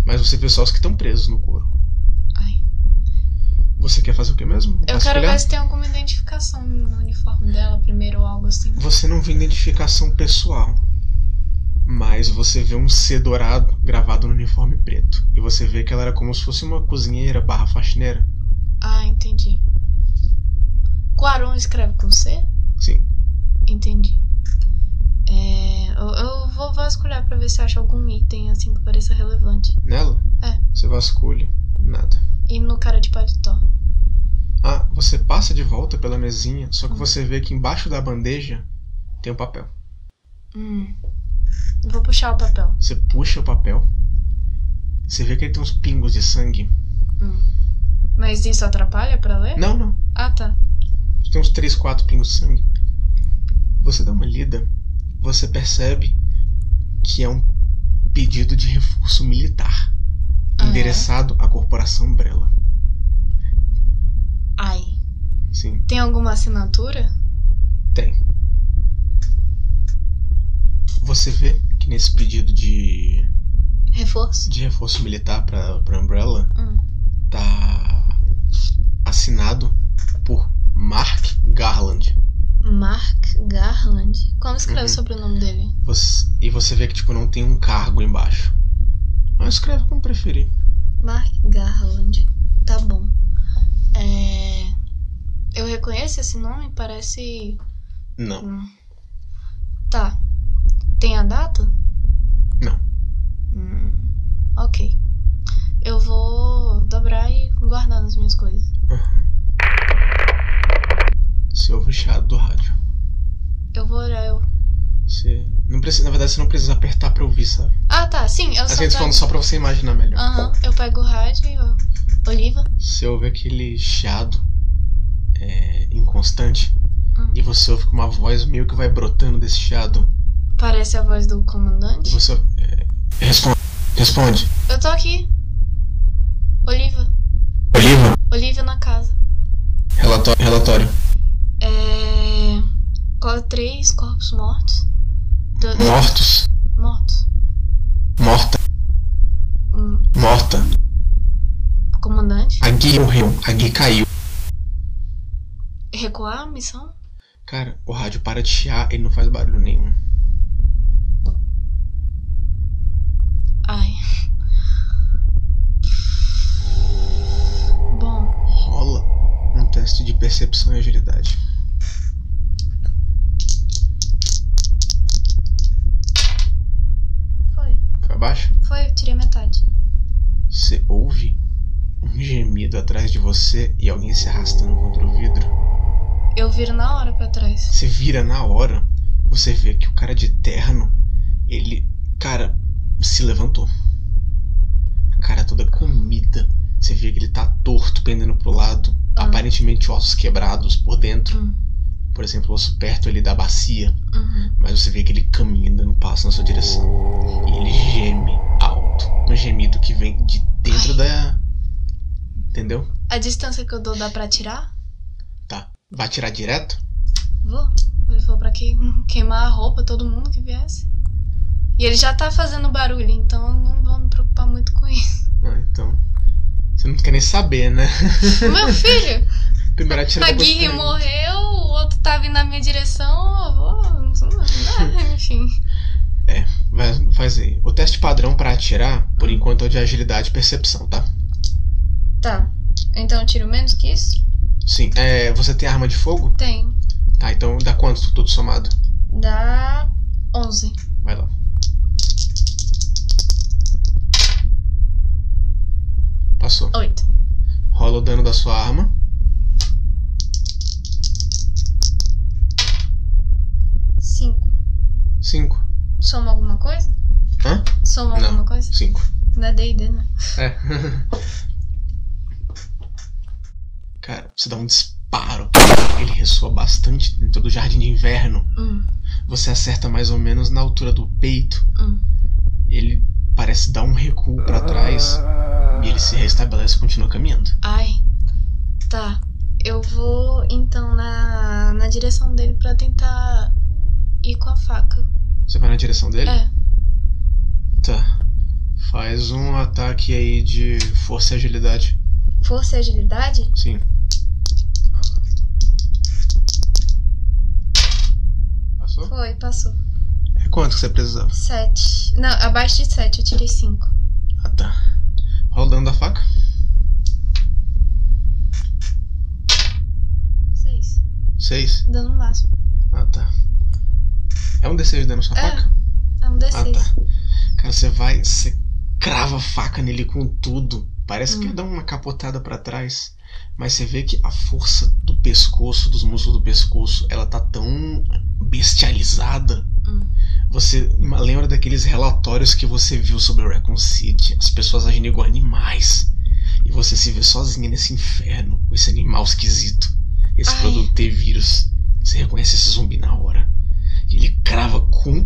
Speaker 1: mas você vê só os que estão presos no couro.
Speaker 2: Ai.
Speaker 1: Você quer fazer o que mesmo?
Speaker 2: Eu
Speaker 1: Vasculhar?
Speaker 2: quero ver se tem alguma identificação no uniforme dela primeiro ou algo assim.
Speaker 1: Você não vê identificação pessoal, mas você vê um C dourado gravado no uniforme preto. E você vê que ela era como se fosse uma cozinheira barra faxineira.
Speaker 2: Ah, entendi. Quaron escreve com C?
Speaker 1: Sim.
Speaker 2: Entendi. É, eu, eu vou vasculhar pra ver se eu acho algum item assim que pareça relevante.
Speaker 1: Nela?
Speaker 2: É.
Speaker 1: Você vasculha. Nada.
Speaker 2: E no cara de paletó.
Speaker 1: Ah, você passa de volta pela mesinha, só que
Speaker 2: Hum.
Speaker 1: você vê que embaixo da bandeja tem um papel.
Speaker 2: Hum. Vou puxar o papel.
Speaker 1: Você puxa o papel, você vê que ele tem uns pingos de sangue. Hum.
Speaker 2: Mas isso atrapalha pra ler?
Speaker 1: Não, não.
Speaker 2: Ah, tá.
Speaker 1: Tem uns 3, 4 pingos de sangue. Você dá uma lida, você percebe que é um pedido de reforço militar
Speaker 2: Ah, é?
Speaker 1: endereçado à Corporação Umbrella.
Speaker 2: é? Ai.
Speaker 1: Sim.
Speaker 2: Tem alguma assinatura?
Speaker 1: Tem. Você vê que nesse pedido de,
Speaker 2: Reforço?
Speaker 1: de reforço militar pra, pra Umbrella
Speaker 2: Hum.
Speaker 1: tá assinado por Mark Garland.
Speaker 2: Mark Garland. Como escreve
Speaker 1: Uhum.
Speaker 2: o sobrenome dele?
Speaker 1: Você- e você vê que tipo não tem um cargo embaixo. Mas escreve como preferir.
Speaker 2: Mark Garland. Tá bom. É... Eu reconheço esse nome? Parece.
Speaker 1: Não.
Speaker 2: Tá. Tem a data?
Speaker 1: Não.
Speaker 2: Hum, ok. Eu vou dobrar e guardar nas minhas coisas.
Speaker 1: Você ouve o chiado do rádio.
Speaker 2: Eu vou olhar. Eu...
Speaker 1: Você não precisa, na verdade você não precisa apertar pra ouvir, sabe?
Speaker 2: Ah, tá. Sim, eu
Speaker 1: Mas
Speaker 2: só.
Speaker 1: eu tô falando só pra você imaginar melhor.
Speaker 2: Aham, eu pego o rádio e eu... Oliva?
Speaker 1: Você ouve aquele chiado é, inconstante
Speaker 2: Hum.
Speaker 1: e você ouve uma voz meio que vai brotando desse chiado.
Speaker 2: Parece a voz do
Speaker 1: E
Speaker 2: comandante.
Speaker 1: você é, responde, responde.
Speaker 2: Eu tô aqui. Oliva.
Speaker 1: Oliva,
Speaker 2: Oliva na casa.
Speaker 1: relatório, relatório.
Speaker 2: É. co- Três corpos mortos. Do-
Speaker 1: Mortos,
Speaker 2: Mortos.
Speaker 1: morta,
Speaker 2: Hum,
Speaker 1: morta.
Speaker 2: comandante.
Speaker 1: A Gui morreu, a Gui caiu.
Speaker 2: Recuar a missão?
Speaker 1: Cara, o rádio para de chiar, ele não faz barulho nenhum.
Speaker 2: Ai. Bom,
Speaker 1: Rola um teste de percepção e agilidade.
Speaker 2: foi.
Speaker 1: Foi abaixo?
Speaker 2: Foi, eu tirei metade.
Speaker 1: Você ouve um gemido atrás de você e alguém se arrastando contra o vidro.
Speaker 2: Eu viro na hora pra trás.
Speaker 1: Você vira na hora, você vê que o cara de terno, ele, cara, se levantou. A cara toda comida. Você vê que ele tá torto, pendendo pro lado,
Speaker 2: Ah.
Speaker 1: aparentemente ossos quebrados por dentro.
Speaker 2: Hum.
Speaker 1: Por exemplo, o osso perto ali da bacia.
Speaker 2: Uhum.
Speaker 1: Mas você vê que ele caminha dando passo na sua direção. E ele geme alto. Um gemido que vem de dentro
Speaker 2: Ai.
Speaker 1: da. Entendeu?
Speaker 2: A distância que eu dou dá pra tirar?
Speaker 1: Tá. Vai atirar direto?
Speaker 2: Vou. Ele falou pra que queimar a roupa, todo mundo que viesse. E ele já tá fazendo barulho, então eu não vou me preocupar muito com isso.
Speaker 1: Ah, então. Você não quer nem saber, né?
Speaker 2: Meu filho,
Speaker 1: Primeiro atira
Speaker 2: a
Speaker 1: depois
Speaker 2: Guirre
Speaker 1: prende.
Speaker 2: morreu, o outro tá vindo na minha direção, eu vou. né, Enfim.
Speaker 1: Vai fazer. O teste padrão pra atirar, por enquanto, é o de agilidade e percepção, tá?
Speaker 2: Tá. Então eu tiro menos que isso?
Speaker 1: Sim. É, você tem arma de fogo?
Speaker 2: Tem.
Speaker 1: Tá, então dá quanto tudo somado?
Speaker 2: Dá 11.
Speaker 1: Vai lá. Passou.
Speaker 2: 8.
Speaker 1: Rola rola o dano da sua arma.
Speaker 2: Cinco.
Speaker 1: 5.
Speaker 2: Soma alguma coisa?
Speaker 1: Hã?
Speaker 2: Soma
Speaker 1: Não.
Speaker 2: alguma coisa?
Speaker 1: 5.
Speaker 2: Não é D&D, né?
Speaker 1: É. Cara, você dá um disparo. Ele ressoa bastante dentro do jardim de inverno.
Speaker 2: Hum.
Speaker 1: Você acerta mais ou menos na altura do peito.
Speaker 2: Hum.
Speaker 1: Ele parece dar um recuo pra trás e ele se restabelece e continua caminhando.
Speaker 2: Ai. Tá. Eu vou, então, na, na direção dele pra tentar ir com a faca.
Speaker 1: Você vai na direção dele?
Speaker 2: É.
Speaker 1: Tá. Faz um ataque aí de força e agilidade.
Speaker 2: Força e agilidade?
Speaker 1: Sim. Passou?
Speaker 2: Foi, passou.
Speaker 1: É quanto que você precisava?
Speaker 2: Sete. Não, abaixo de sete. Eu tirei cinco.
Speaker 1: Ah tá. Rola o dano da faca.
Speaker 2: Seis.
Speaker 1: 6.
Speaker 2: Dano um máximo.
Speaker 1: Ah tá. É um D6 de dano sua
Speaker 2: É,
Speaker 1: faca?
Speaker 2: É um
Speaker 1: Ah
Speaker 2: D6.
Speaker 1: tá. Cara, você vai, você crava a faca nele com tudo. Parece que
Speaker 2: Hum.
Speaker 1: ele dá uma capotada pra trás. Mas você vê que a força do pescoço, dos músculos do pescoço, ela tá tão bestializada.
Speaker 2: Hum.
Speaker 1: Você lembra daqueles relatórios que você viu sobre o Recon City? As pessoas agindo igual animais. E você se vê sozinha nesse inferno, com esse animal esquisito. Esse
Speaker 2: Ai.
Speaker 1: produto T-Vírus. Você reconhece esse zumbi na hora. E ele crava com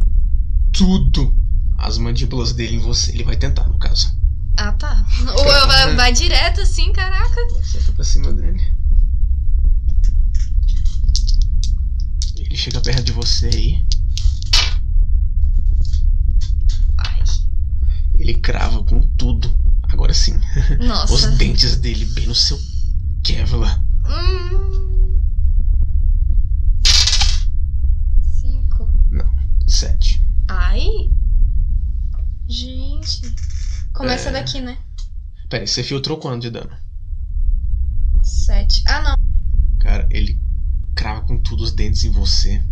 Speaker 1: tudo as mandíbulas dele em você. Ele vai tentar, no caso.
Speaker 2: Ah, tá. Ou eu- vai, vai direto assim, caraca.
Speaker 1: Você tá pra cima dele. Ele chega perto de você aí.
Speaker 2: Ai.
Speaker 1: Ele crava com tudo. Agora sim.
Speaker 2: Nossa.
Speaker 1: Os dentes dele bem no seu Kevlar.
Speaker 2: Hum. Cinco.
Speaker 1: Sete.
Speaker 2: Ai. Gente. Começa
Speaker 1: É.
Speaker 2: daqui, né?
Speaker 1: Pera aí, você filtrou quanto de dano?
Speaker 2: Sete. Ah, não.
Speaker 1: Cara, ele crava com tudo os dentes em você.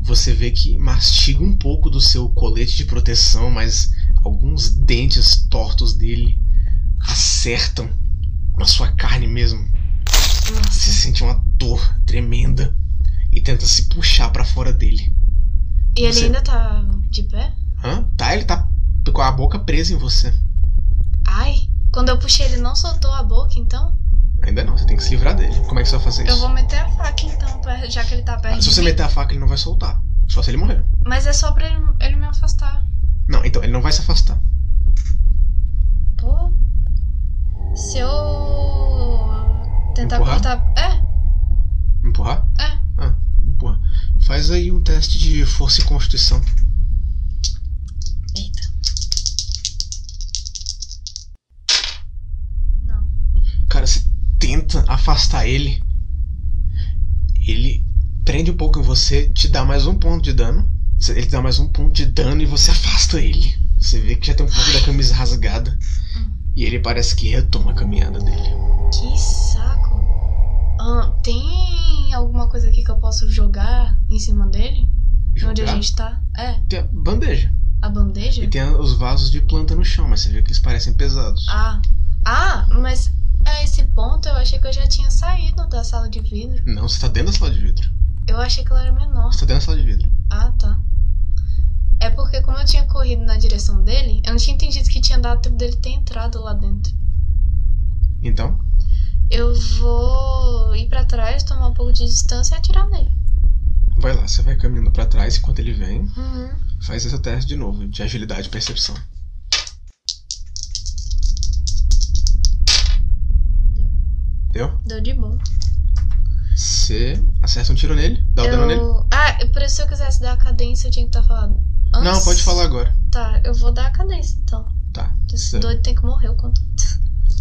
Speaker 1: Você vê que mastiga um pouco do seu colete de proteção, mas alguns dentes tortos dele acertam na sua carne mesmo. Você
Speaker 2: Nossa.
Speaker 1: sente uma dor tremenda e tenta se puxar pra fora dele.
Speaker 2: E ele
Speaker 1: Você-
Speaker 2: ainda tá de pé?
Speaker 1: Hã? Tá, ele tá com a boca presa em você.
Speaker 2: Ai. Quando eu puxei, ele não soltou a boca, então?
Speaker 1: Ainda não, você tem que se livrar dele. Como é que você vai fazer isso?
Speaker 2: Eu vou meter a faca, então, pra- já que ele tá perto.
Speaker 1: Ah, Se
Speaker 2: de
Speaker 1: você
Speaker 2: mim.
Speaker 1: meter a faca, ele não vai soltar. Só se ele morrer.
Speaker 2: Mas é só pra ele, ele me afastar.
Speaker 1: Não, então, ele não vai se afastar.
Speaker 2: Pô. Se eu. Tentar
Speaker 1: Empurrar?
Speaker 2: cortar. É,
Speaker 1: Empurrar?
Speaker 2: É.
Speaker 1: Ah, empurra. Faz aí um teste de força e constituição.
Speaker 2: Eita. Não.
Speaker 1: Cara, você tenta afastar ele. Ele prende um pouco em você, te dá mais um ponto de dano. Cê- Ele te dá mais um ponto de dano e você afasta ele. Você vê que já tem um pouco da camisa rasgada. E ele parece que retoma a caminhada dele.
Speaker 2: Que saco. Ah, tem alguma coisa aqui que eu posso jogar em cima dele? Onde a
Speaker 1: Jogar.
Speaker 2: gente tá? É,
Speaker 1: Tem a bandeja.
Speaker 2: a bandeja?
Speaker 1: E tem a- os vasos de planta no chão, mas você vê que eles parecem pesados.
Speaker 2: Ah. Ah, mas a esse ponto eu achei que eu já tinha saído da sala de vidro.
Speaker 1: Não, você tá dentro da sala de vidro.
Speaker 2: Eu achei que ela era menor.
Speaker 1: Você tá dentro da sala de vidro.
Speaker 2: Ah, tá. É porque como eu tinha corrido na direção dele, eu não tinha entendido que tinha dado tempo dele ter entrado lá dentro.
Speaker 1: Então,
Speaker 2: Eu vou ir pra trás, tomar um pouco de distância e atirar nele.
Speaker 1: vai lá, você vai caminhando pra trás enquanto ele vem.
Speaker 2: Uhum.
Speaker 1: Faz esse teste de novo, de agilidade e percepção. Deu?
Speaker 2: Deu de boa.
Speaker 1: Você acerta um tiro nele, dá o dano nele.
Speaker 2: eu... Ah, eu- por isso se eu quisesse dar a cadência, eu tinha que estar falando. Antes...
Speaker 1: Não, pode falar agora.
Speaker 2: Tá, eu vou dar a cadência então.
Speaker 1: Tá.
Speaker 2: Esse
Speaker 1: Você
Speaker 2: doido tem que morrer, eu conto.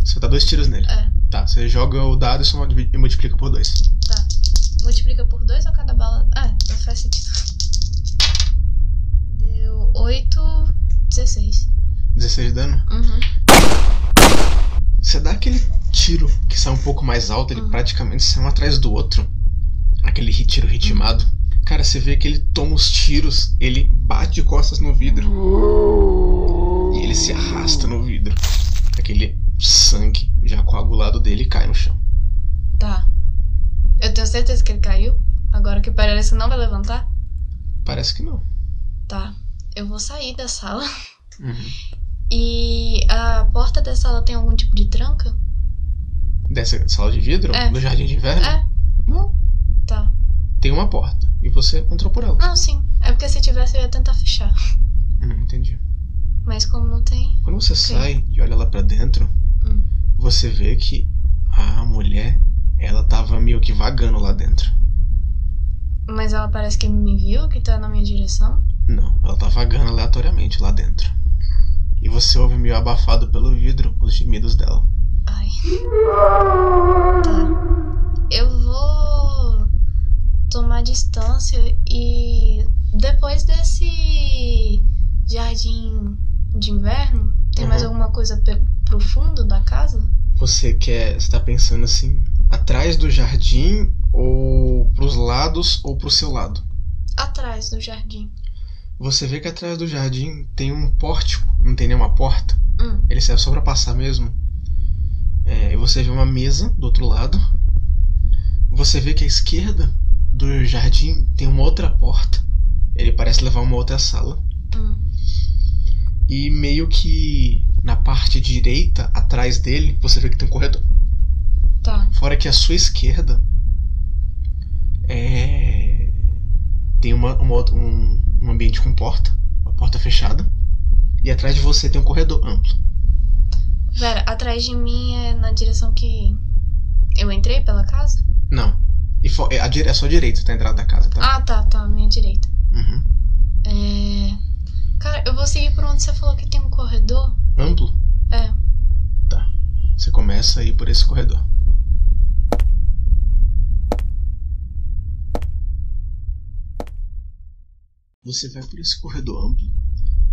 Speaker 1: você dá dois tiros nele.
Speaker 2: É.
Speaker 1: Tá, você joga o dado e soma e multiplica por dois.
Speaker 2: Multiplica por dois ou cada bala. Ah, então faz sentido. Deu 8, 16.
Speaker 1: 16 de dano.
Speaker 2: Uhum.
Speaker 1: Você dá aquele tiro que sai um pouco mais alto, ele
Speaker 2: Uhum.
Speaker 1: praticamente sai um atrás do outro. Aquele ri- tiro ritmado. Cara, você vê que ele toma os tiros, ele bate de costas no vidro. E ele se arrasta no vidro. Aquele sangue já coagulado dele cai no chão.
Speaker 2: Tá. Eu tenho certeza que ele caiu. Agora que parece não vai levantar.
Speaker 1: Parece que não.
Speaker 2: Tá. Eu vou sair da sala.
Speaker 1: Uhum.
Speaker 2: E a porta da sala tem algum tipo de tranca?
Speaker 1: Dessa sala de vidro?
Speaker 2: É.
Speaker 1: Do jardim de inverno?
Speaker 2: É,
Speaker 1: Não.
Speaker 2: tá.
Speaker 1: Tem uma porta. E você entrou por ela.
Speaker 2: Não, sim. É porque se tivesse eu ia tentar fechar. Ah.
Speaker 1: Hum, entendi.
Speaker 2: Mas como não tem.
Speaker 1: Quando você sai e olha lá pra dentro,
Speaker 2: Hum.
Speaker 1: você vê que a mulher, ela tava meio que vagando lá dentro.
Speaker 2: Mas ela parece que me viu, que tá na minha direção.
Speaker 1: Não, ela tá vagando aleatoriamente lá dentro. E você ouve meio abafado pelo vidro os gemidos dela.
Speaker 2: Ai. Tá. Eu vou tomar distância e depois desse jardim de inverno, tem mais
Speaker 1: Uhum.
Speaker 2: alguma coisa pe- pro fundo da casa?
Speaker 1: Você quer estar pensando assim, atrás do jardim ou pros lados ou pro seu lado?
Speaker 2: Atrás do jardim.
Speaker 1: Você vê que atrás do jardim tem um pórtico, não tem nenhuma porta.
Speaker 2: Hum.
Speaker 1: Ele serve só pra passar mesmo. É, e você vê uma mesa do outro lado. Você vê que à esquerda do jardim tem uma outra porta. Ele parece levar a uma outra sala.
Speaker 2: Hum.
Speaker 1: E meio que na parte direita, atrás dele, você vê que tem um corredor.
Speaker 2: Tá.
Speaker 1: Fora que a sua esquerda é... tem uma, uma outra- um, um ambiente com porta, uma porta fechada. E atrás de você tem um corredor amplo.
Speaker 2: Pera, atrás de mim é na direção que eu entrei pela casa?
Speaker 1: Não. E fo- é, a dire... é só a direita tá a entrada da casa, tá?
Speaker 2: Ah, tá, tá, minha direita.
Speaker 1: Uhum.
Speaker 2: É. Cara, eu vou seguir por onde você falou que tem um corredor.
Speaker 1: Amplo?
Speaker 2: É.
Speaker 1: Tá. Você começa a ir por esse corredor. Você vai por esse corredor amplo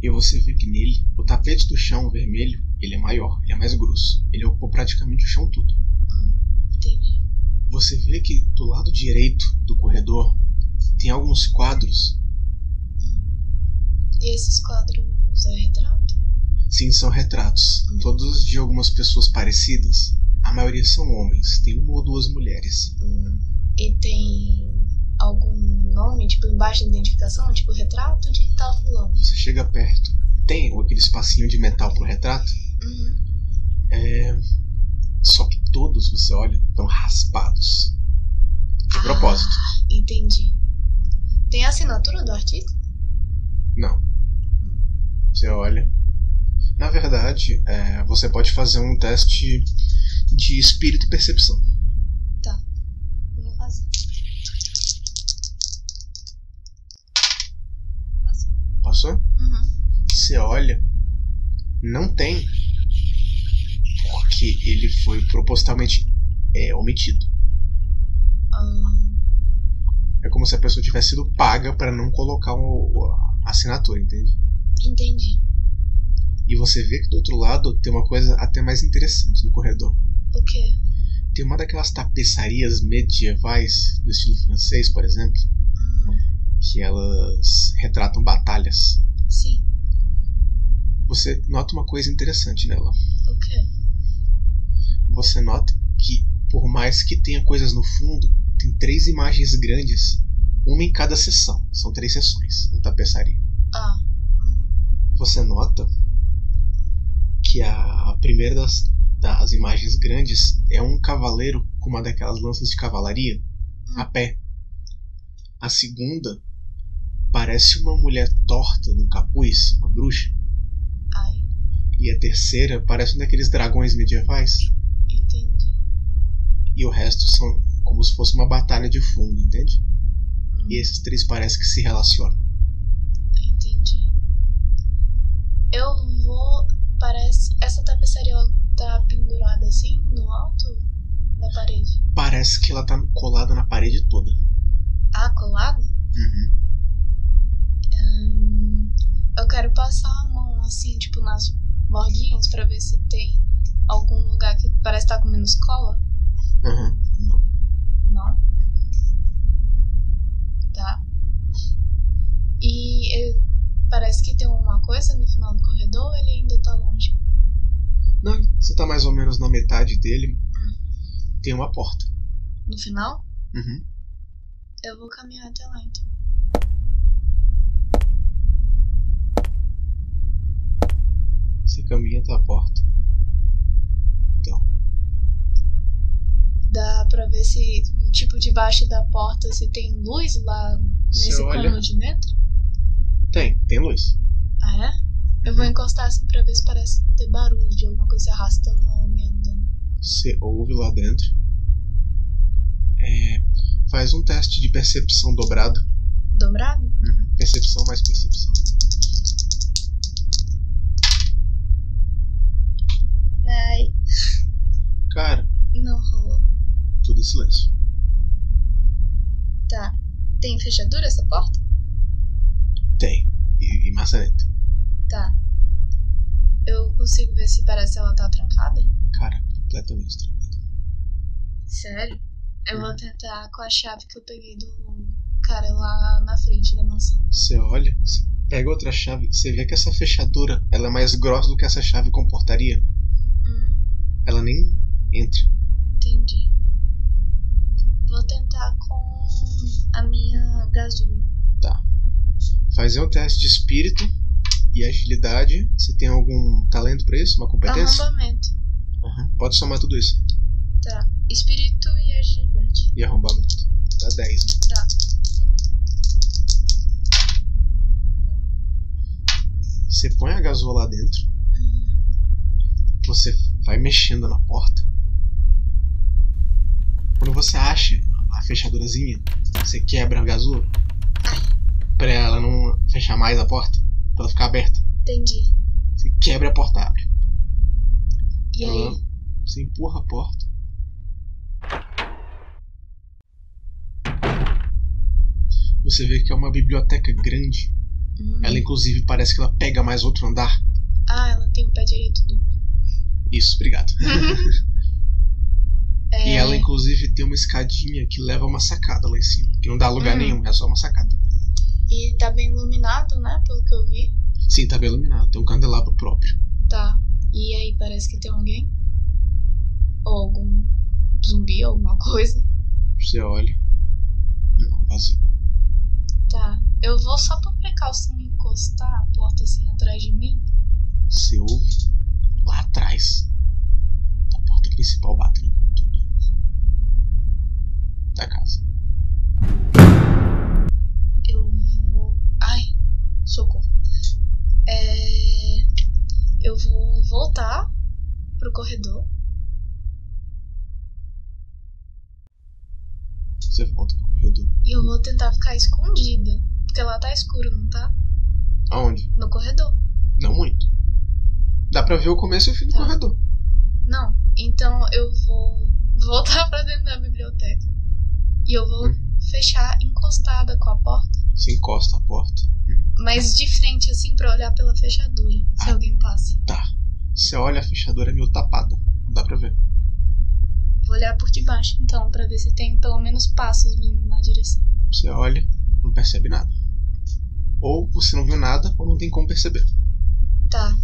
Speaker 1: e você vê que nele o tapete do chão vermelho ele é maior, ele é mais grosso. Ele ocupou praticamente o chão todo.
Speaker 2: Entendi.
Speaker 1: você vê que do lado direito do corredor tem alguns quadros.
Speaker 2: E esses quadros é retrato?
Speaker 1: Sim, são retratos, todos de algumas pessoas parecidas. A maioria são homens, tem uma ou duas mulheres.
Speaker 2: E tem algum nome, tipo, embaixo da identificação? Tipo, retrato de tal fulano.
Speaker 1: Você chega perto, tem aquele espacinho de metal pro retrato,
Speaker 2: Uhum.
Speaker 1: só que todos você olha estão raspados.
Speaker 2: Ah.
Speaker 1: De propósito.
Speaker 2: Entendi. Tem a assinatura do artista?
Speaker 1: Não. Você olha. Na verdade, é, você pode fazer um teste de espírito e percepção.
Speaker 2: Eu vou fazer.
Speaker 1: Passou?
Speaker 2: Uhum.
Speaker 1: Você olha, não tem. Porque ele foi propositalmente é, omitido.
Speaker 2: Ah,
Speaker 1: É como se a pessoa tivesse sido paga pra não colocar o- o- a assinatura, entende?
Speaker 2: entendi.
Speaker 1: E você vê que do outro lado tem uma coisa até mais interessante no corredor.
Speaker 2: O quê?
Speaker 1: Tem uma daquelas tapeçarias medievais do estilo francês, por exemplo,
Speaker 2: Hum,
Speaker 1: que elas retratam batalhas.
Speaker 2: sim.
Speaker 1: Você nota uma coisa interessante nela.
Speaker 2: O quê?
Speaker 1: você nota que, por mais que tenha coisas no fundo, tem três imagens grandes, uma em cada seção. São três seções da tapeçaria.
Speaker 2: Ah. uhum.
Speaker 1: Você nota que a primeira das, das imagens grandes é um cavaleiro com uma daquelas lanças de cavalaria a pé. A segunda parece uma mulher torta num capuz, uma bruxa.
Speaker 2: Ai,
Speaker 1: E a terceira parece um daqueles dragões medievais.
Speaker 2: entendi.
Speaker 1: e o resto são como se fosse uma batalha de fundo, entende?
Speaker 2: Hum,
Speaker 1: E esses três parece que se relacionam.
Speaker 2: Entendi. Eu vou. Parece. Essa tapeçaria ela tá pendurada assim, no alto da parede.
Speaker 1: Parece que ela tá colada na parede toda.
Speaker 2: Ah, colado?
Speaker 1: Uhum.
Speaker 2: Hum, eu quero passar a mão assim, tipo, nas bordinhas pra ver se tem algum lugar que parece estar tá com menos cola.
Speaker 1: Uhum. Não.
Speaker 2: Não? Tá. E eh, parece que tem alguma coisa no final do corredor ou ele ainda tá longe?
Speaker 1: Não, você tá mais ou menos na metade dele.
Speaker 2: Hum.
Speaker 1: Tem uma porta.
Speaker 2: No final,
Speaker 1: Uhum.
Speaker 2: eu vou caminhar até lá então.
Speaker 1: Você caminha até a porta. Então,
Speaker 2: Dá pra ver se, tipo, debaixo da porta, se tem luz lá nesse
Speaker 1: você
Speaker 2: cano
Speaker 1: olha.
Speaker 2: de dentro?
Speaker 1: Tem, tem luz.
Speaker 2: Ah, é? Eu vou encostar assim pra ver se parece ter barulho de alguma coisa se arrastando ou me andando.
Speaker 1: Você ouve lá dentro. É, faz um teste de percepção dobrado.
Speaker 2: Dobrado?
Speaker 1: Percepção mais percepção.
Speaker 2: Ai,
Speaker 1: Cara,
Speaker 2: não rolou.
Speaker 1: tudo em silêncio.
Speaker 2: Tá. Tem fechadura essa porta?
Speaker 1: Tem. E, e maçaneta.
Speaker 2: Tá. Eu consigo ver se parece ela tá trancada?
Speaker 1: Cara, completamente trancado.
Speaker 2: Sério? Eu
Speaker 1: Uhum.
Speaker 2: vou tentar com a chave que eu peguei do cara lá na frente da mansão.
Speaker 1: Você olha, você pega outra chave, você vê que essa fechadura ela é mais grossa do que essa chave comportaria.
Speaker 2: Hum,
Speaker 1: Ela nem entra.
Speaker 2: entendi. Vou tentar com a minha gasolina.
Speaker 1: Fazer um teste de espírito e agilidade. Você tem algum talento pra isso? Uma competência?
Speaker 2: Arrombamento.
Speaker 1: Aham. Pode somar tudo isso.
Speaker 2: Tá. Espírito e agilidade.
Speaker 1: E arrombamento. Dá 10, né?
Speaker 2: Tá.
Speaker 1: Você põe a gasola lá dentro.
Speaker 2: Hum,
Speaker 1: Você vai mexendo na porta. Quando você acha a fechadurazinha, você quebra a gasola pra ela não fechar mais a porta, pra ela ficar aberta.
Speaker 2: entendi.
Speaker 1: Você quebra a porta, abre.
Speaker 2: E é
Speaker 1: Ela-
Speaker 2: aí?
Speaker 1: Você empurra a porta. Você vê que é uma biblioteca grande.
Speaker 2: Hum.
Speaker 1: Ela, inclusive, parece que ela pega mais outro andar.
Speaker 2: Ah, ela tem o pé direito do.
Speaker 1: Isso, obrigado.
Speaker 2: É,
Speaker 1: E ela, inclusive, tem uma escadinha que leva a uma sacada lá em cima. Que não dá lugar
Speaker 2: Hum.
Speaker 1: nenhum, é só uma sacada.
Speaker 2: e tá bem iluminado, né? Pelo que eu vi.
Speaker 1: Sim, tá bem iluminado, tem um candelabro próprio.
Speaker 2: Tá. E aí, parece que tem alguém? Ou algum zumbi, alguma coisa?
Speaker 1: Você olha. Não, vazio.
Speaker 2: Tá. Eu vou só por precaução encostar a porta assim atrás de mim.
Speaker 1: Você ouve lá atrás. A porta principal batendo com tudo. Da casa.
Speaker 2: Eu vou. Ai, socorro. É. Eu vou voltar pro corredor.
Speaker 1: Você volta pro corredor.
Speaker 2: E eu vou tentar ficar escondida. Porque lá tá escuro, não tá?
Speaker 1: Aonde?
Speaker 2: No corredor.
Speaker 1: Não muito. Dá pra ver o começo e o fim do
Speaker 2: Tá.
Speaker 1: corredor.
Speaker 2: Não. Então eu vou voltar pra dentro da biblioteca. E eu vou fechar encostada com a porta.
Speaker 1: Você encosta a porta.
Speaker 2: Mas de frente, assim, pra olhar pela fechadura. Se
Speaker 1: Ah.
Speaker 2: alguém passa.
Speaker 1: Você olha, a fechadura é meio tapada. Não dá pra ver.
Speaker 2: Vou olhar por debaixo então, pra ver se tem pelo menos passos vindo na direção.
Speaker 1: Você olha, não percebe nada. Ou você não viu nada, ou não tem como perceber.
Speaker 2: Tá.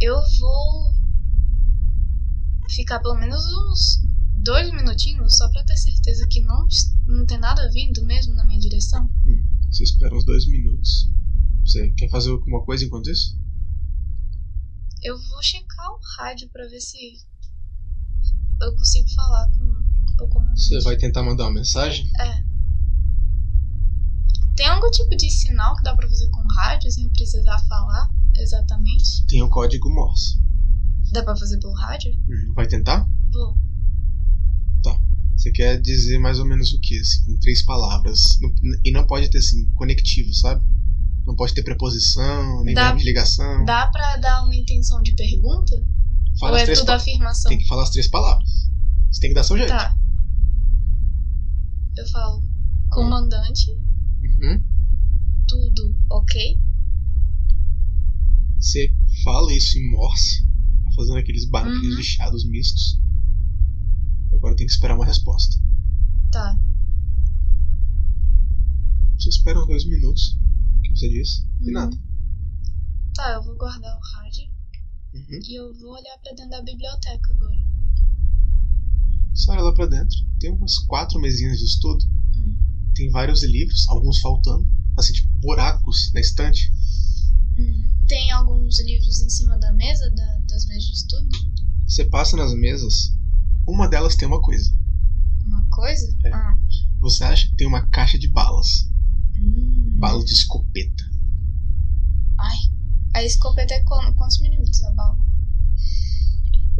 Speaker 2: Eu vou ficar pelo menos uns dois minutinhos só pra ter certeza que não, es- não tem nada vindo mesmo na minha direção.
Speaker 1: Você espera uns dois minutos. Você quer fazer alguma coisa enquanto isso?
Speaker 2: Eu vou checar o rádio pra ver se eu consigo falar com o Pokémon.
Speaker 1: Você vai tentar mandar uma mensagem?
Speaker 2: Tem algum tipo de sinal que dá pra fazer com o rádio sem precisar falar exatamente?
Speaker 1: Tem o código Morse.
Speaker 2: Dá pra fazer pelo rádio?
Speaker 1: Hum, Vai tentar?
Speaker 2: Vou.
Speaker 1: Você quer dizer mais ou menos o que, assim, em três palavras. Não- E não pode ter, assim, conectivo, sabe? Não pode ter preposição, nem
Speaker 2: Dá-
Speaker 1: verbo de ligação.
Speaker 2: Dá pra dar uma intenção de pergunta?
Speaker 1: Fala
Speaker 2: Ou
Speaker 1: as
Speaker 2: é
Speaker 1: três
Speaker 2: tudo
Speaker 1: pa-
Speaker 2: afirmação?
Speaker 1: Tem que falar as três palavras. Você tem que dar seu jeito.
Speaker 2: Tá. Eu falo,
Speaker 1: Hum.
Speaker 2: comandante,
Speaker 1: Uhum.
Speaker 2: tudo ok?
Speaker 1: Você fala isso em Morse, tá fazendo aqueles barulhos
Speaker 2: Uhum.
Speaker 1: lixados mistos. E agora tem que esperar uma resposta.
Speaker 2: Tá.
Speaker 1: Você espera uns dois minutos, que você diz, e
Speaker 2: Uhum.
Speaker 1: nada.
Speaker 2: Tá, eu vou guardar o rádio
Speaker 1: Uhum.
Speaker 2: e eu vou olhar pra dentro da biblioteca agora.
Speaker 1: Você olha lá pra dentro, tem umas quatro mesinhas de estudo.
Speaker 2: Hum.
Speaker 1: Tem vários livros, alguns faltando. Assim, tipo, buracos na estante.
Speaker 2: Tem alguns livros em cima da mesa, da- das mesas de estudo?
Speaker 1: Você passa nas mesas, uma delas tem uma coisa.
Speaker 2: Uma coisa?
Speaker 1: É.
Speaker 2: Ah.
Speaker 1: Você acha que tem uma caixa de balas.
Speaker 2: Hum.
Speaker 1: Balas de escopeta.
Speaker 2: Ai. A escopeta é quan- quantos milímetros a bala?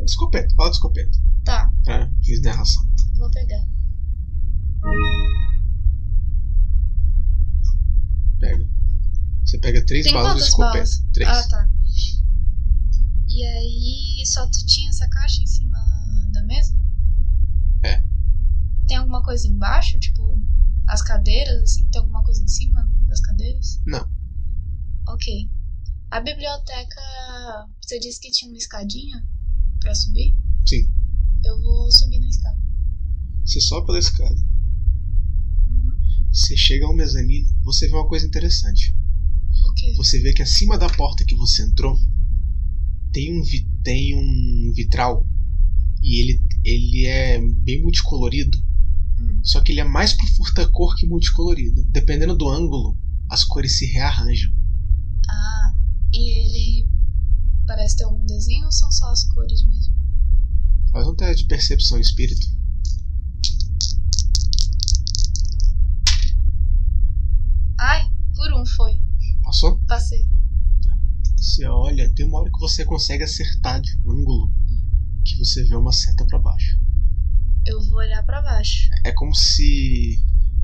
Speaker 1: Escopeta, bala de escopeta.
Speaker 2: Tá,
Speaker 1: É, isso não é ração.
Speaker 2: vou pegar.
Speaker 1: Pega. Você pega três
Speaker 2: Tem
Speaker 1: balas de
Speaker 2: quantas
Speaker 1: escopeta.
Speaker 2: balas?
Speaker 1: Três.
Speaker 2: Ah, tá. E aí, só tu tinha essa caixa em cima da mesa?
Speaker 1: É.
Speaker 2: Tem alguma coisa embaixo? Tipo, as cadeiras, assim? Tem alguma coisa em cima das cadeiras?
Speaker 1: Não.
Speaker 2: Ok. A biblioteca. Você disse que tinha uma escadinha pra subir?
Speaker 1: Sim.
Speaker 2: Eu vou subir na escada.
Speaker 1: Você sobe pela escada.
Speaker 2: Uhum.
Speaker 1: Você chega ao mezanino, você vê uma coisa interessante.
Speaker 2: Ok.
Speaker 1: você vê que acima da porta que você entrou tem um, vi- tem um vitral e ele, ele é bem multicolorido.
Speaker 2: Hum.
Speaker 1: Só que ele é mais pro furta-cor que multicolorido. Dependendo do ângulo, as cores se rearranjam.
Speaker 2: Ah, e ele. Parece ter algum desenho ou são só as cores mesmo?
Speaker 1: Faz um teste de percepção espírito.
Speaker 2: Ai, por um foi.
Speaker 1: Passou?
Speaker 2: Passei.
Speaker 1: Você olha, tem uma hora que você consegue acertar de um ângulo que você vê uma seta pra baixo.
Speaker 2: Eu vou olhar pra baixo.
Speaker 1: É como se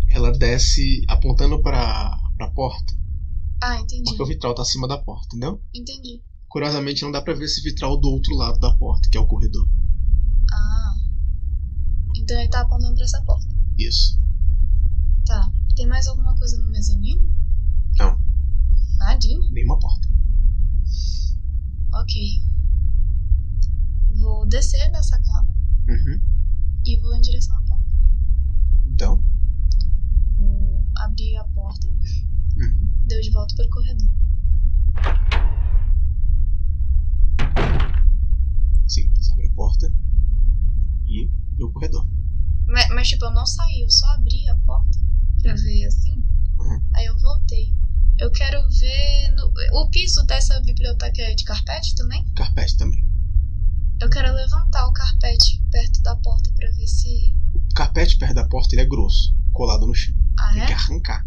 Speaker 1: ela desce apontando pra, pra porta,
Speaker 2: Ah, entendi.
Speaker 1: porque o vitral tá acima da porta, entendeu?
Speaker 2: Entendi.
Speaker 1: Curiosamente, não dá pra ver esse vitral do outro lado da porta, que é o corredor.
Speaker 2: Ah. Então ele tá apontando pra essa porta.
Speaker 1: Isso.
Speaker 2: Tá. Tem mais alguma coisa no mezanino?
Speaker 1: Não.
Speaker 2: Nadinha?
Speaker 1: Nenhuma porta.
Speaker 2: Ok. Vou descer da sacada
Speaker 1: Uhum.
Speaker 2: e vou em direção à porta.
Speaker 1: Então.
Speaker 2: Vou abrir a porta.
Speaker 1: Uhum.
Speaker 2: Deu de volta pelo corredor.
Speaker 1: Sim, você abre a porta e vê o corredor.
Speaker 2: Mas, mas, tipo, eu não saí, eu só abri a porta pra ver assim.
Speaker 1: Uhum.
Speaker 2: Aí eu voltei. Eu quero ver. no- O piso dessa biblioteca é de carpete também?
Speaker 1: Carpete também.
Speaker 2: Eu quero levantar o carpete perto da porta pra ver se.
Speaker 1: O carpete perto da porta ele é grosso, colado no chão.
Speaker 2: Ah,
Speaker 1: Tem que
Speaker 2: é?
Speaker 1: arrancar.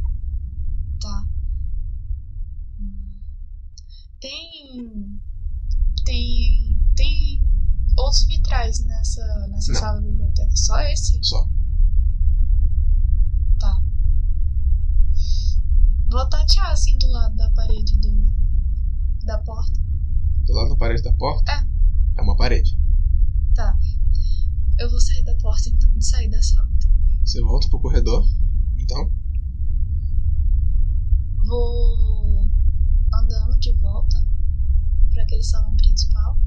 Speaker 2: Tá. Hum. Tem. Tem. Tem outros vitrais nessa, nessa
Speaker 1: Não.
Speaker 2: sala da biblioteca. Só esse?
Speaker 1: Só.
Speaker 2: Tá. Vou tatear assim do lado da parede do. da porta.
Speaker 1: Do lado da parede da porta
Speaker 2: Ah.
Speaker 1: é uma parede.
Speaker 2: Eu vou sair da porta então. Sair da sala.
Speaker 1: Você volta pro corredor. Então,
Speaker 2: Vou andando de volta pra aquele salão principal.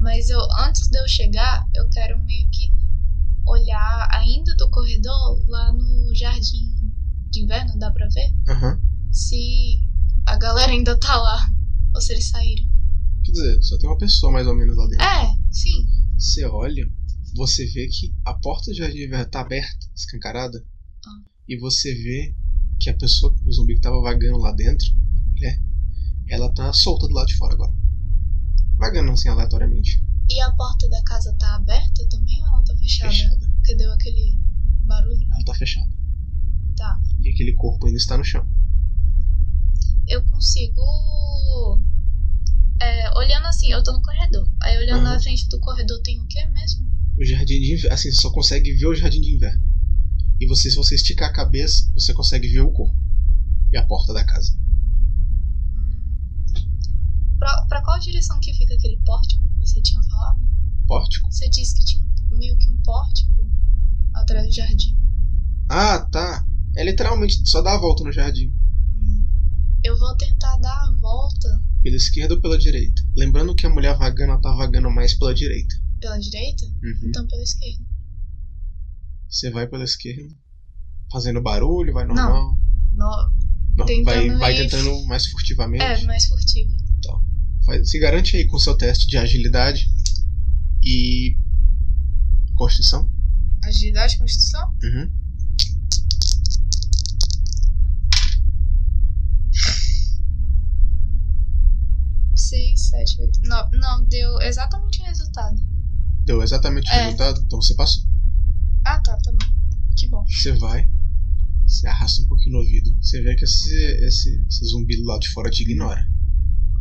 Speaker 2: Mas eu antes de eu chegar, eu quero meio que olhar ainda do corredor lá no jardim de inverno, dá pra ver?
Speaker 1: aham.
Speaker 2: Se a galera ainda tá lá ou se eles saíram.
Speaker 1: Quer dizer, só tem uma pessoa mais ou menos lá dentro.
Speaker 2: É, sim.
Speaker 1: Você olha, você vê que a porta do jardim inverno tá aberta, escancarada.
Speaker 2: Ah.
Speaker 1: E você vê que a pessoa, o zumbi que tava vagando lá dentro, a mulher, ela tá solta do lado de fora agora. Vagando assim aleatoriamente.
Speaker 2: E a porta da casa tá aberta também ou ela tá fechada?
Speaker 1: Fechada.
Speaker 2: Porque deu aquele barulho, né?
Speaker 1: Ela tá fechada.
Speaker 2: Tá.
Speaker 1: E aquele corpo ainda está no chão.
Speaker 2: eu consigo. é, olhando assim, eu tô no corredor. Aí olhando
Speaker 1: Aham.
Speaker 2: na frente do corredor tem o que mesmo?
Speaker 1: O jardim de inverno. Assim, você só consegue ver o jardim de inverno. E você, se você esticar a cabeça, você consegue ver o corpo. E a porta da casa.
Speaker 2: Pra, pra qual direção que fica aquele pórtico que você tinha falado?
Speaker 1: Pórtico?
Speaker 2: Você disse que tinha um- meio que um pórtico atrás do jardim.
Speaker 1: Ah, tá. É literalmente só dá a volta no jardim.
Speaker 2: Hum. Eu vou tentar dar a volta
Speaker 1: Pela esquerda ou pela direita? Lembrando que a mulher vagando, ela tá vagando mais pela direita.
Speaker 2: Uhum. pela direita, então pela esquerda.
Speaker 1: Você vai pela esquerda. fazendo barulho, vai normal?
Speaker 2: No-
Speaker 1: Não, vai,
Speaker 2: Tentando
Speaker 1: vai
Speaker 2: ir-
Speaker 1: tentando mais furtivamente?
Speaker 2: é, mais furtiva.
Speaker 1: Faz- se garante aí com seu teste de agilidade e. Constituição?
Speaker 2: Agilidade, constituição?
Speaker 1: Uhum.
Speaker 2: seis sete oito nove Não, deu exatamente o resultado.
Speaker 1: Deu exatamente o
Speaker 2: É.
Speaker 1: resultado, então você passou.
Speaker 2: Ah, tá, tá bom. Que bom.
Speaker 1: Você vai, você arrasta um pouquinho no ouvido, você vê que esse, esse, esse zumbido lá de fora te ignora.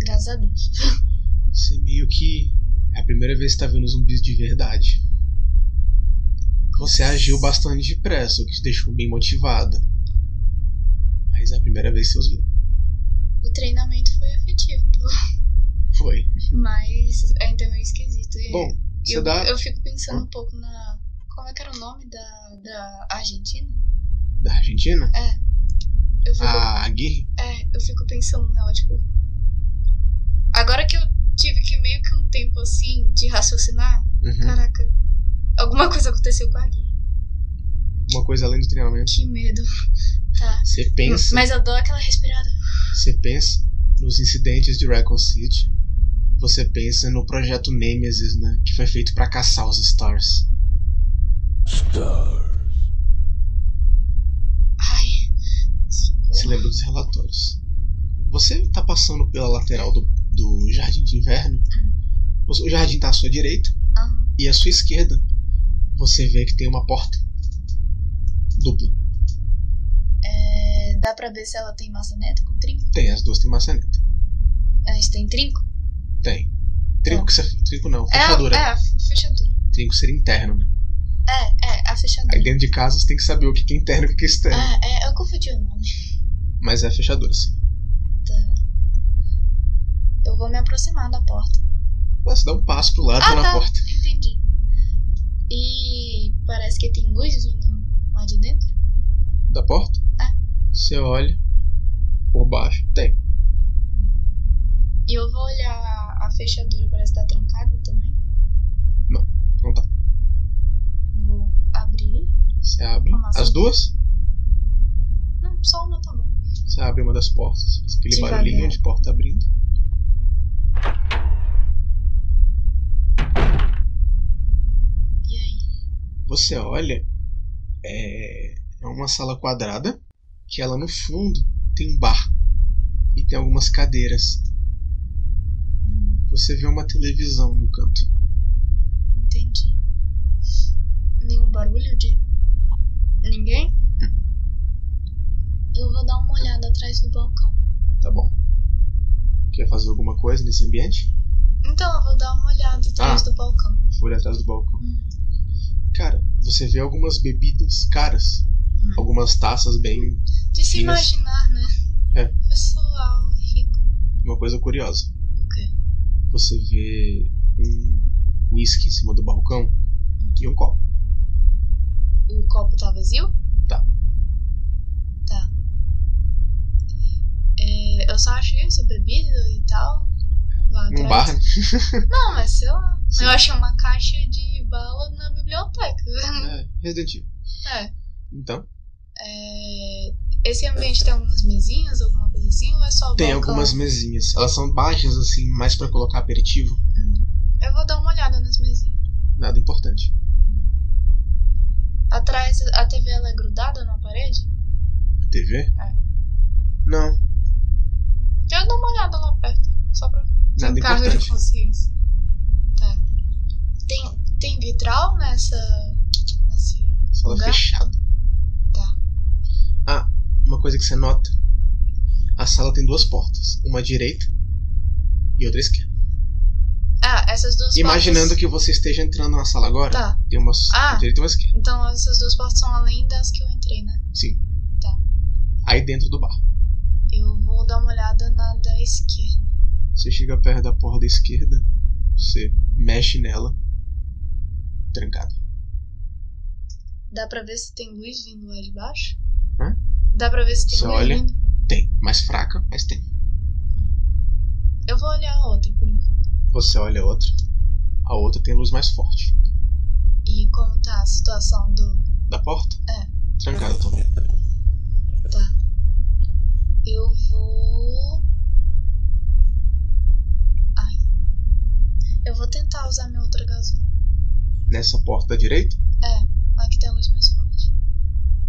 Speaker 2: Graças a Deus.
Speaker 1: Você meio que. É a primeira vez que tá vendo zumbis de verdade. Você agiu bastante depressa, o que te deixou bem motivada. Mas é a primeira vez que você os viu.
Speaker 2: O treinamento foi efetivo,
Speaker 1: Foi.
Speaker 2: mas ainda é meio esquisito. E
Speaker 1: Bom, você
Speaker 2: eu,
Speaker 1: dá. Hum.
Speaker 2: eu fico pensando um pouco na. Como é que era o nome da, da Argentina?
Speaker 1: Da Argentina?
Speaker 2: Eu fico,
Speaker 1: A Aguirre?
Speaker 2: é, eu fico pensando nela, tipo. Agora que eu tive que meio que um tempo assim de raciocinar,
Speaker 1: Uhum.
Speaker 2: caraca, alguma coisa aconteceu com a Gui.
Speaker 1: Uma coisa além do treinamento.
Speaker 2: Que medo. Tá.
Speaker 1: Você pensa.
Speaker 2: Mas eu dou aquela respirada.
Speaker 1: Você pensa nos incidentes de Raccoon City. Você pensa no projeto Nemesis, né? Que foi feito pra caçar os Stars.
Speaker 3: Star.
Speaker 2: Ai.
Speaker 1: Você lembra dos relatórios. Você tá passando pela lateral do, do Jardim de Inverno. O jardim tá à sua direita.
Speaker 2: Aham.
Speaker 1: E à sua esquerda, você vê que tem uma porta. Dupla.
Speaker 2: É, dá pra ver se ela tem maçaneta com trinco?
Speaker 1: Tem, as duas tem maçaneta.
Speaker 2: A gente tem trinco?
Speaker 1: Tem. Trinco que você. Trinco não,
Speaker 2: É, a-
Speaker 1: fechadura.
Speaker 2: é a fechadura.
Speaker 1: Trinco seria interno, né?
Speaker 2: É, é, a fechadura.
Speaker 1: Aí dentro de casa você tem que saber o que que é interno e o que que é externo.
Speaker 2: Ah, é, eu confundi o nome. Tá.
Speaker 1: Mas é fechadura, sim.
Speaker 2: Eu vou me aproximar da porta.
Speaker 1: Você dá um passo pro lado
Speaker 2: Ah,
Speaker 1: tá na
Speaker 2: tá.
Speaker 1: porta.
Speaker 2: Entendi. E parece que tem luz vindo lá de dentro.
Speaker 1: Da porta?
Speaker 2: É.
Speaker 1: Você olha por baixo. Tem.
Speaker 2: E eu vou olhar a fechadura, parece que tá trancada também.
Speaker 1: Não, não tá.
Speaker 2: Vou abrir.
Speaker 1: Você abre.
Speaker 2: A maçã.
Speaker 1: As duas?
Speaker 2: Não, só uma tá bom.
Speaker 1: Você abre uma das portas. Faz aquele
Speaker 2: Devagar.
Speaker 1: barulhinho de porta abrindo.
Speaker 2: E aí?
Speaker 1: Você olha. É, é uma sala quadrada. Que ela no fundo tem um bar. E tem algumas cadeiras. Você vê uma televisão no canto.
Speaker 2: Entendi. Nenhum barulho de ninguém? Eu vou dar uma olhada atrás do balcão.
Speaker 1: Tá bom. Quer fazer alguma coisa nesse ambiente?
Speaker 2: Então eu vou dar uma olhada atrás
Speaker 1: Ah.
Speaker 2: do balcão.
Speaker 1: Olha atrás do balcão.
Speaker 2: Hum.
Speaker 1: Cara, você vê algumas bebidas caras.
Speaker 2: Hum.
Speaker 1: Algumas taças bem.
Speaker 2: De
Speaker 1: Isso.
Speaker 2: se imaginar, né?
Speaker 1: É.
Speaker 2: Pessoal rico.
Speaker 1: Uma coisa curiosa.
Speaker 2: O quê?
Speaker 1: Você vê um whisky em cima do balcão e um copo.
Speaker 2: O copo tá vazio?
Speaker 1: Tá.
Speaker 2: Tá. É, eu só achei essa bebida e tal. Lá
Speaker 1: Num
Speaker 2: atrás.
Speaker 1: Um bar. né?
Speaker 2: Não, mas sei lá.
Speaker 1: Sim.
Speaker 2: Eu achei uma caixa de bala na biblioteca.
Speaker 1: É, Resident Evil.
Speaker 2: É.
Speaker 1: Então,
Speaker 2: É, esse ambiente tem algumas mesinhas, alguma coisa assim, ou é só o
Speaker 1: tem
Speaker 2: balcão?
Speaker 1: algumas mesinhas. Elas são baixas, assim, mais pra colocar aperitivo.
Speaker 2: Eu vou dar uma olhada nas mesinhas.
Speaker 1: Nada importante.
Speaker 2: Atrás, a TV ela é grudada na parede?
Speaker 1: A TV?
Speaker 2: É.
Speaker 1: Não,
Speaker 2: Eu dou uma olhada lá perto, só pra
Speaker 1: nada
Speaker 2: um cargo de
Speaker 1: é importante.
Speaker 2: consciência. Tá. Tem, tem vitral nessa. nesse.
Speaker 1: Sala
Speaker 2: lugar?
Speaker 1: fechada.
Speaker 2: Tá.
Speaker 1: Ah, uma coisa que você nota: a sala tem duas portas. Uma à direita e outra à esquerda.
Speaker 2: Ah, essas duas
Speaker 1: Imaginando
Speaker 2: portas.
Speaker 1: que você esteja entrando na sala agora,
Speaker 2: Tá.
Speaker 1: tem uma
Speaker 2: Ah.
Speaker 1: direita e uma esquerda.
Speaker 2: Então essas duas portas são além das que eu entrei, né?
Speaker 1: Sim.
Speaker 2: Tá.
Speaker 1: Aí dentro do bar.
Speaker 2: Eu vou dar uma olhada na da esquerda.
Speaker 1: Você chega perto da porta da esquerda, você mexe nela. Trancada.
Speaker 2: Dá pra ver se tem luz vindo lá de baixo?
Speaker 1: Hã?
Speaker 2: Dá pra ver se tem
Speaker 1: Você
Speaker 2: luz
Speaker 1: olha.
Speaker 2: vindo?
Speaker 1: Tem. Mais fraca, mas tem.
Speaker 2: Eu vou olhar a outra por enquanto.
Speaker 1: Você olha a outra. A outra tem luz mais forte.
Speaker 2: E como tá a situação do.
Speaker 1: Da porta?
Speaker 2: É.
Speaker 1: Trancado, tô vendo.
Speaker 2: Tá. Eu vou. Ai. Eu vou tentar usar minha outra gasolina.
Speaker 1: Nessa porta da direita?
Speaker 2: É, aqui tem a luz mais forte.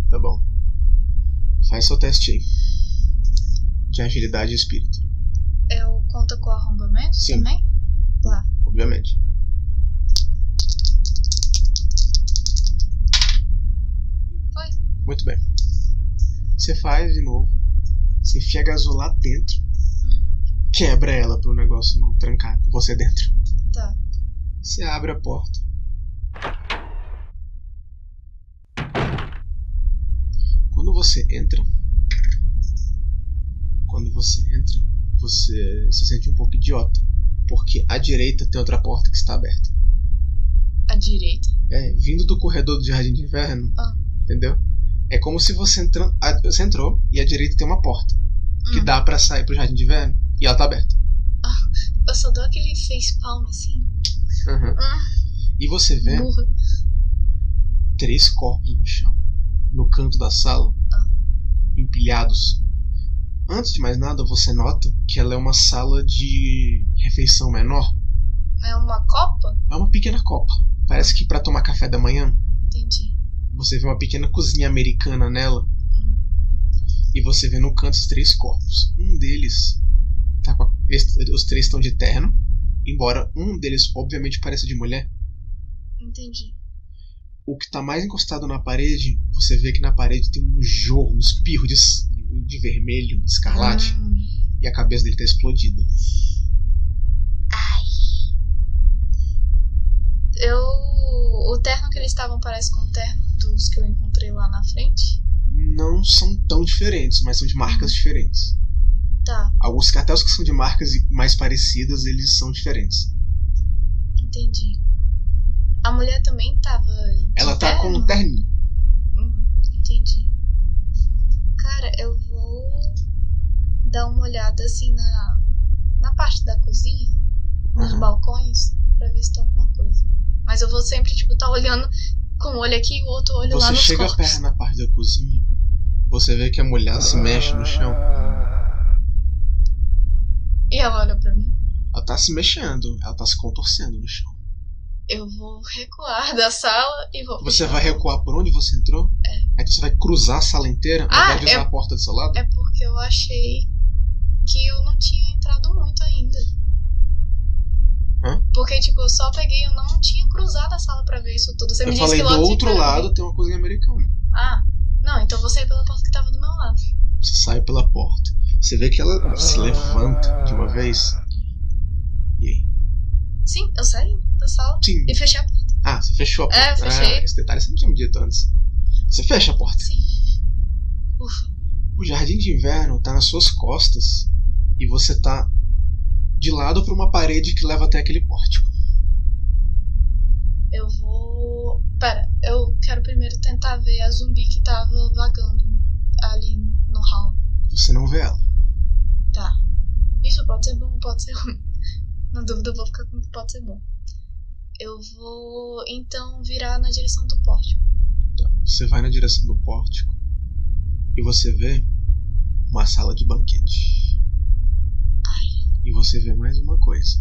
Speaker 1: Tá bom. Faz seu teste aí. De agilidade e espírito.
Speaker 2: Eu conto com arrombamento
Speaker 1: Sim.
Speaker 2: também? Tá.
Speaker 1: Obviamente.
Speaker 2: Foi.
Speaker 1: Muito bem. Você faz de novo. Você enfia a gasolina lá dentro.
Speaker 2: Hum,
Speaker 1: Quebra ela pro negócio não trancar com você dentro.
Speaker 2: Tá.
Speaker 1: Você abre a porta. Quando você entra. Quando você entra, você se sente um pouco idiota. Porque à direita tem outra porta que está aberta.
Speaker 2: À direita.
Speaker 1: É, vindo do corredor do Jardim de Inverno,
Speaker 2: Ah.
Speaker 1: entendeu? É como se você, entran, a- você entrou e à direita tem uma porta que
Speaker 2: Hum.
Speaker 1: dá pra sair pro Jardim de Inverno e ela tá aberta.
Speaker 2: Eu só dou aquele face palm assim.
Speaker 1: Aham.
Speaker 2: Ah,
Speaker 1: E você vê
Speaker 2: burra.
Speaker 1: três corpos no chão, no canto da sala, empilhados. Antes de mais nada, você nota que ela é uma sala de refeição menor.
Speaker 2: É uma copa?
Speaker 1: É uma pequena copa. Parece que pra tomar café da manhã,
Speaker 2: Entendi.
Speaker 1: você vê uma pequena cozinha americana nela. E você vê no canto os três corpos. Um deles. Tá com a- eles- os três estão de terno. Embora um deles, obviamente, pareça de mulher.
Speaker 2: Entendi.
Speaker 1: O que tá mais encostado na parede, você vê que na parede tem um jorro, um espirro de, s- de vermelho, de escarlate.
Speaker 2: Hum.
Speaker 1: E a cabeça dele tá explodida.
Speaker 2: Eu. O terno que eles estavam parece com o terno dos que eu encontrei lá na frente.
Speaker 1: Não são tão diferentes, mas são de marcas
Speaker 2: Uhum.
Speaker 1: diferentes.
Speaker 2: Tá,
Speaker 1: Alguns que até os que são de marcas e- mais parecidas, eles são diferentes.
Speaker 2: entendi. A mulher também tava. de
Speaker 1: Ela tá com um
Speaker 2: terno?
Speaker 1: terninho.
Speaker 2: Hum, entendi. Cara, eu vou dar uma olhada assim na, na parte da cozinha, nos
Speaker 1: Aham.
Speaker 2: balcões, pra ver se tem alguma coisa. Mas eu vou sempre, tipo, tá olhando com o olho aqui e o outro olho lá
Speaker 1: Você
Speaker 2: nos
Speaker 1: chega
Speaker 2: corpos.
Speaker 1: perto na parte da cozinha, você vê que a mulher se mexe no chão.
Speaker 2: E ela olha pra mim.
Speaker 1: Ela tá se mexendo, ela tá se contorcendo no chão.
Speaker 2: Eu vou recuar da sala e vou.
Speaker 1: Você vai recuar por onde você entrou? É. Aí você vai cruzar a sala inteira, ao
Speaker 2: Ah,
Speaker 1: invés de usar
Speaker 2: é-
Speaker 1: a porta do seu lado?
Speaker 2: É porque eu achei que eu não tinha entrado muito ainda.
Speaker 1: Hã?
Speaker 2: Porque, tipo, eu só peguei, eu não tinha cruzado a sala pra ver isso tudo. Você
Speaker 1: Eu
Speaker 2: me disse
Speaker 1: falei,
Speaker 2: que
Speaker 1: do
Speaker 2: logo de
Speaker 1: outro
Speaker 2: cara né? eu vi.
Speaker 1: lado tem uma cozinha americana.
Speaker 2: Ah, não, então vou sair pela porta que tava do meu lado.
Speaker 1: Você sai pela porta. Você vê que ela se levanta de uma vez. E aí?
Speaker 2: Sim, eu saí da sala
Speaker 1: Sim.
Speaker 2: e fechei a porta.
Speaker 1: Ah, você fechou a porta.
Speaker 2: É, eu fechei.
Speaker 1: Ah, esse detalhe você não tinha me dito antes. Você fecha a porta.
Speaker 2: Sim. Ufa,
Speaker 1: O jardim de inverno tá nas suas costas e você tá de lado pra uma parede que leva até aquele pórtico.
Speaker 2: eu vou. Pera, eu quero primeiro tentar ver a zumbi que tava vagando ali no hall.
Speaker 1: Você não vê ela.
Speaker 2: Isso pode ser bom, pode ser ruim. Na dúvida, eu vou ficar com o que pode ser bom. Eu vou então virar na direção do pórtico.
Speaker 1: Você vai na direção do pórtico e você vê uma sala de banquete. E você vê mais uma coisa.